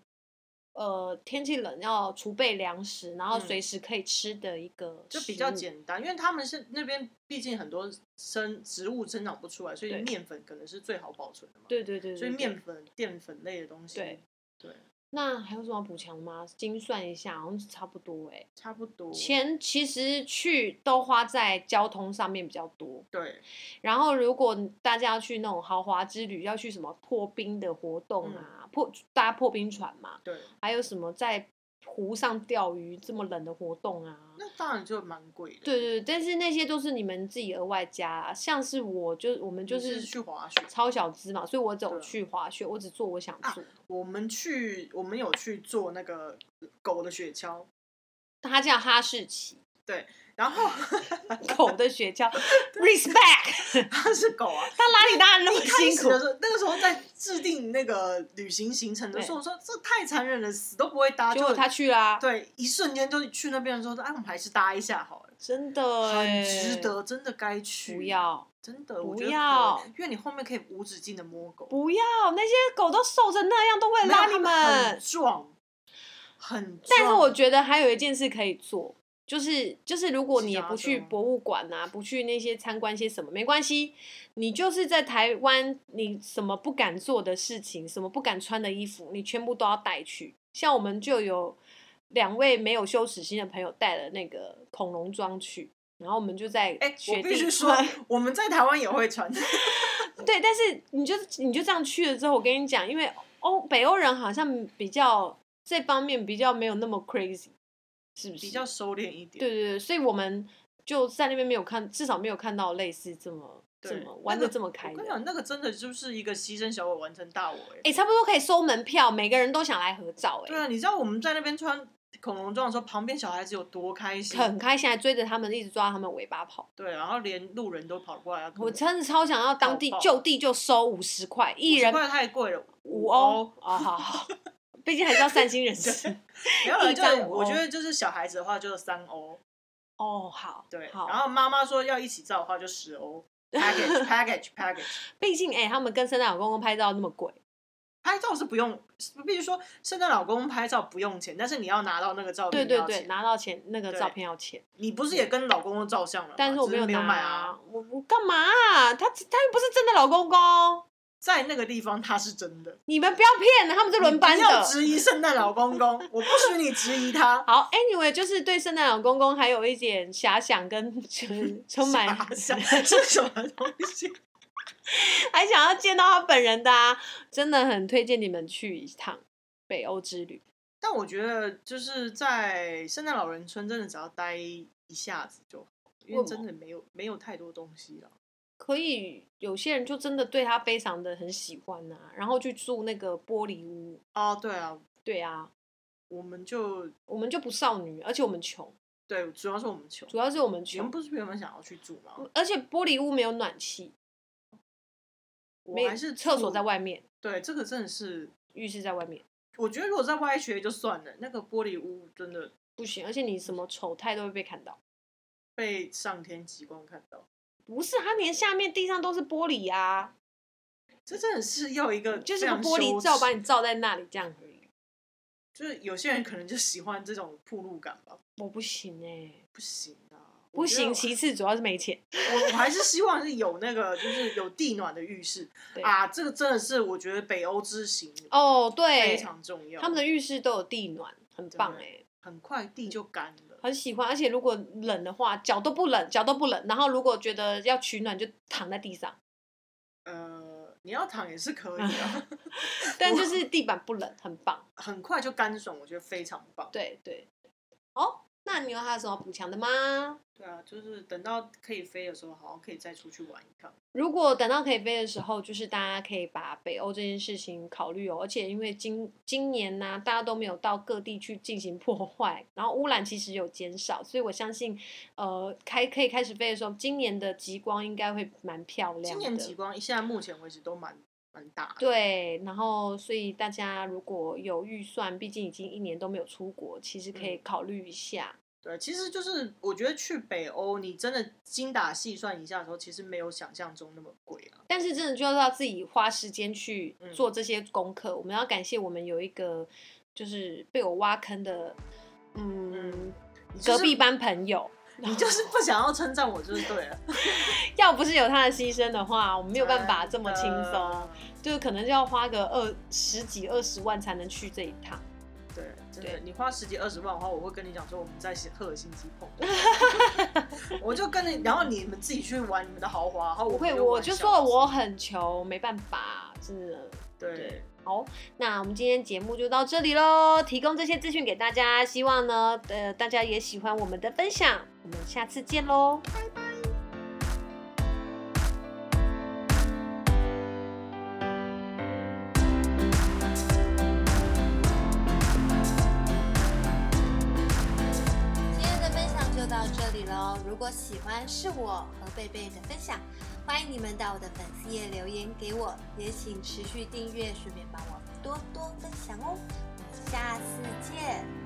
Speaker 1: 呃天气冷要储备粮食，然后
Speaker 2: 嗯
Speaker 1: 随时可以吃的一个
Speaker 2: 就比
Speaker 1: 食
Speaker 2: 较
Speaker 1: 物
Speaker 2: 简单，因为他们是那边毕竟很多生植物生长不出来，所以
Speaker 1: 对
Speaker 2: 面粉可能是最好保存的嘛。
Speaker 1: 对对对对
Speaker 2: 所以
Speaker 1: 对
Speaker 2: 面粉、淀粉类的东西，
Speaker 1: 对那还有什么要补强吗？精算一下，好像是差不多哎、
Speaker 2: 差不多。
Speaker 1: 钱其实去都花在交通上面比较多，
Speaker 2: 对，
Speaker 1: 然后如果大家要去那种豪华之旅，要去什么破冰的活动
Speaker 2: 嗯
Speaker 1: 啊，破搭破冰船嘛，
Speaker 2: 对，
Speaker 1: 还有什么在湖上钓鱼这么冷的活动啊。
Speaker 2: 那当然就蛮贵的。
Speaker 1: 对对，对但是那些都是你们自己额外加、啊，像是我就我们就
Speaker 2: 你是去滑雪
Speaker 1: 超小资嘛，所以我走
Speaker 2: 对
Speaker 1: 去滑雪，我只做我想
Speaker 2: 啊
Speaker 1: 做。
Speaker 2: 我们去，我们有去做那个狗的雪橇，
Speaker 1: 它叫哈士 奇，
Speaker 2: 然后
Speaker 1: 狗的雪橇，respect，
Speaker 2: 它是狗 啊，
Speaker 1: 它哪里拉人那么
Speaker 2: 开
Speaker 1: 辛
Speaker 2: 始
Speaker 1: 苦
Speaker 2: 的？时候，那个时候在制定那个旅行行程的时候，我说这太残忍了，死都不会搭。
Speaker 1: 结果他去啦、
Speaker 2: 对，一瞬间就去那边的时候，说哎，我们还是搭一下好了，
Speaker 1: 真的
Speaker 2: 很
Speaker 1: 欸
Speaker 2: 值，得，真的该去。
Speaker 1: 不，要
Speaker 2: 真的，我
Speaker 1: 不
Speaker 2: 觉得可以
Speaker 1: 要
Speaker 2: 因为你后面可以无止境的摸狗，
Speaker 1: 不要，那些狗都瘦成那样，都会拉你
Speaker 2: 没有它很
Speaker 1: 们。
Speaker 2: 壮，很壮。
Speaker 1: 但是我觉得还有一件事可以做。就是就是，如果
Speaker 2: 骑
Speaker 1: 你也
Speaker 2: 脚
Speaker 1: 不
Speaker 2: 踏
Speaker 1: 去
Speaker 2: 车吗
Speaker 1: 博物馆啊，不去那些参观些什么，没关系，你就是在台湾，你什么不敢做的事情，什么不敢穿的衣服，你全部都要带去。像我们就有两位没有羞耻心的朋友带了那个恐龙装去，然后我们就在
Speaker 2: 哎、
Speaker 1: 雪
Speaker 2: 我必
Speaker 1: 地
Speaker 2: 须说
Speaker 1: 穿。，
Speaker 2: 我们在台湾也 会穿。
Speaker 1: 对，但是你就你就这样去了之后，我跟你讲，因为欧北欧人好像比较这方面比较没有那么 crazy，是不是？
Speaker 2: 比较收敛一点。
Speaker 1: 对对对，所以我们就在那边没有看，至少没有看到类似这么这
Speaker 2: 对，
Speaker 1: 么玩
Speaker 2: 那
Speaker 1: 的
Speaker 2: 个
Speaker 1: 这么开
Speaker 2: 我
Speaker 1: 的
Speaker 2: 跟你。讲，那个真的就是一个牺牲小我完成大我、哎、
Speaker 1: 哎、差不多可以收门票，每个人都想来合照、
Speaker 2: 对
Speaker 1: 哎、
Speaker 2: 啊，你知道我们在那边穿恐龙装的时候，旁边小孩子有多开心？
Speaker 1: 很开心，还追着他们，一直抓他们尾巴跑。
Speaker 2: 对，然后连路人都跑过来要跟
Speaker 1: 我真的超想要当地
Speaker 2: 好棒
Speaker 1: 就地就收五十块，一
Speaker 2: 50
Speaker 1: 人
Speaker 2: 块太贵了，
Speaker 1: 五欧。哦，好好好， 毕竟还是要善心人 士。
Speaker 2: 没有啦，
Speaker 1: 一
Speaker 2: 就
Speaker 1: 张
Speaker 2: 是
Speaker 1: 五
Speaker 2: 我
Speaker 1: 欧
Speaker 2: 觉得就是小孩子的话就是三欧，
Speaker 1: 哦，好，
Speaker 2: 对，
Speaker 1: 好
Speaker 2: 然。后妈妈说要一起照的话就十 欧。package package package，
Speaker 1: 毕竟哎、欸他们跟圣诞老公公拍照那么贵，
Speaker 2: 拍照是不用，必须说圣诞老公拍照不用钱，但是你要拿到那个照
Speaker 1: 对
Speaker 2: 片
Speaker 1: 对
Speaker 2: 要
Speaker 1: 对，
Speaker 2: 钱
Speaker 1: 拿到钱那个
Speaker 2: 对
Speaker 1: 照片要钱，
Speaker 2: 你不是也跟老公公照相了吗？
Speaker 1: 但是我
Speaker 2: 只
Speaker 1: 有
Speaker 2: 没
Speaker 1: 拿、
Speaker 2: 有买啊，
Speaker 1: 我我干嘛啊、他他又不是真的老公公，
Speaker 2: 在那个地方他是真的，
Speaker 1: 你们不要骗了，他们是轮班
Speaker 2: 你不要
Speaker 1: 的。
Speaker 2: 质疑圣诞老公公，我不许你质疑他。
Speaker 1: 好，anyway，就是对圣诞老公公还有一点遐想跟 就是充满，
Speaker 2: 想是什么东西？
Speaker 1: 还想要见到他本人的、啊，真的很推荐你们去一趟北欧之旅。
Speaker 2: 但我觉得就是在圣诞老人村，真的只要待一下子就好，因为
Speaker 1: 为什
Speaker 2: 真
Speaker 1: 么
Speaker 2: 的没有没有太多东西了。
Speaker 1: 可以，有些人就真的对他非常的很喜欢呐、然后去住那个玻璃屋，
Speaker 2: 哦，对啊，
Speaker 1: 对啊，
Speaker 2: 我们就
Speaker 1: 我们就不少女，而且我们穷，
Speaker 2: 对，主要是我们穷，
Speaker 1: 主要是我们
Speaker 2: 你们
Speaker 1: 穷，
Speaker 2: 不是原本想要去住吗？
Speaker 1: 而且玻璃屋没有暖气，没
Speaker 2: 我
Speaker 1: 有
Speaker 2: 还是
Speaker 1: 厕所
Speaker 2: 住
Speaker 1: 在。外面，
Speaker 2: 对，这个真的是，
Speaker 1: 浴室在外面，
Speaker 2: 我觉得如果在外学就算了，那个玻璃屋真的
Speaker 1: 不行，而且你什么丑态都会被看到。
Speaker 2: 被上天极光看到，
Speaker 1: 不是，它连下面地上都是玻璃啊，
Speaker 2: 这真的是要一个
Speaker 1: 就是
Speaker 2: 非
Speaker 1: 个
Speaker 2: 常
Speaker 1: 玻璃
Speaker 2: 羞
Speaker 1: 罩
Speaker 2: 耻
Speaker 1: 把你罩在那里这样而已。
Speaker 2: 就是有些人可能就喜欢这种铺路感吧，
Speaker 1: 我不行哎、
Speaker 2: 不行啊，
Speaker 1: 不
Speaker 2: 我觉得
Speaker 1: 行。
Speaker 2: 我
Speaker 1: 其次主要是没钱，
Speaker 2: 我我还是希望是有那个，就是有地暖的浴室
Speaker 1: 对
Speaker 2: 啊，这个真的是我觉得北欧之行
Speaker 1: 哦，
Speaker 2: 非
Speaker 1: 对，
Speaker 2: 常重要。
Speaker 1: 他们的浴室都有地暖，很棒哎、
Speaker 2: 很快地就干了，
Speaker 1: 很喜欢，而且如果冷的话，脚都不冷，脚都不冷。然后如果觉得要取暖，就躺在地上，
Speaker 2: 呃，你要躺也是可 以的，
Speaker 1: 但就是地板不冷，很棒。
Speaker 2: 很快就干爽，我觉得非常棒。
Speaker 1: 对对，哦，那你有还有什么补强的吗？
Speaker 2: 对啊，就是等到可以飞的时候，好像可以再出去玩一趟。
Speaker 1: 如果等到可以飞的时候，就是大家可以把北欧这件事情考虑哦，而且因为今今年呢、大家都没有到各地去进行破坏，然后污染其实有减少，所以我相信，呃，开可以开始飞的时候，今年的极光应该会蛮漂亮的。
Speaker 2: 今年极光现在目前为止都蛮蛮大的，
Speaker 1: 对，然后所以大家如果有预算，毕竟已经一年都没有出国，其实可以考虑一下。
Speaker 2: 对，其实就是我觉得去北欧，你真的精打细算一下的时候，其实没有想象中那么贵啊。
Speaker 1: 但是真的就要自己花时间去
Speaker 2: 嗯
Speaker 1: 做这些功课。我们要感谢我们有一个就是被我挖坑的，嗯，
Speaker 2: 你就
Speaker 1: 隔
Speaker 2: 是
Speaker 1: 壁班朋友。
Speaker 2: 你就是不想要称赞我，就是对了，
Speaker 1: 要不是有他的牺牲的话，我们没有办法这么轻松。。就是可能就要花个二十几二十万才能去这一趟。
Speaker 2: 对，真的，
Speaker 1: 对
Speaker 2: 你花十几二十万的话，我会跟你讲说我们在赫尔辛基碰 到，我就跟你，然后你们自己去玩你们的豪华，然后
Speaker 1: 不
Speaker 2: 我
Speaker 1: 会，
Speaker 2: 们
Speaker 1: 我
Speaker 2: 玩
Speaker 1: 就
Speaker 2: 小
Speaker 1: 说了
Speaker 2: 资
Speaker 1: 我很穷，没办法，真的。
Speaker 2: 对，
Speaker 1: 好，那我们今天节目就到这里喽，提供这些资讯给大家，希望呢，呃，大家也喜欢我们的分享，我们下次见喽。
Speaker 3: 今天的分享就到这里喽。如果喜欢是我和贝贝的分享，欢迎你们到我的粉丝页留言给我，也请持续订阅，顺便帮我多多分享哦。我们下次见，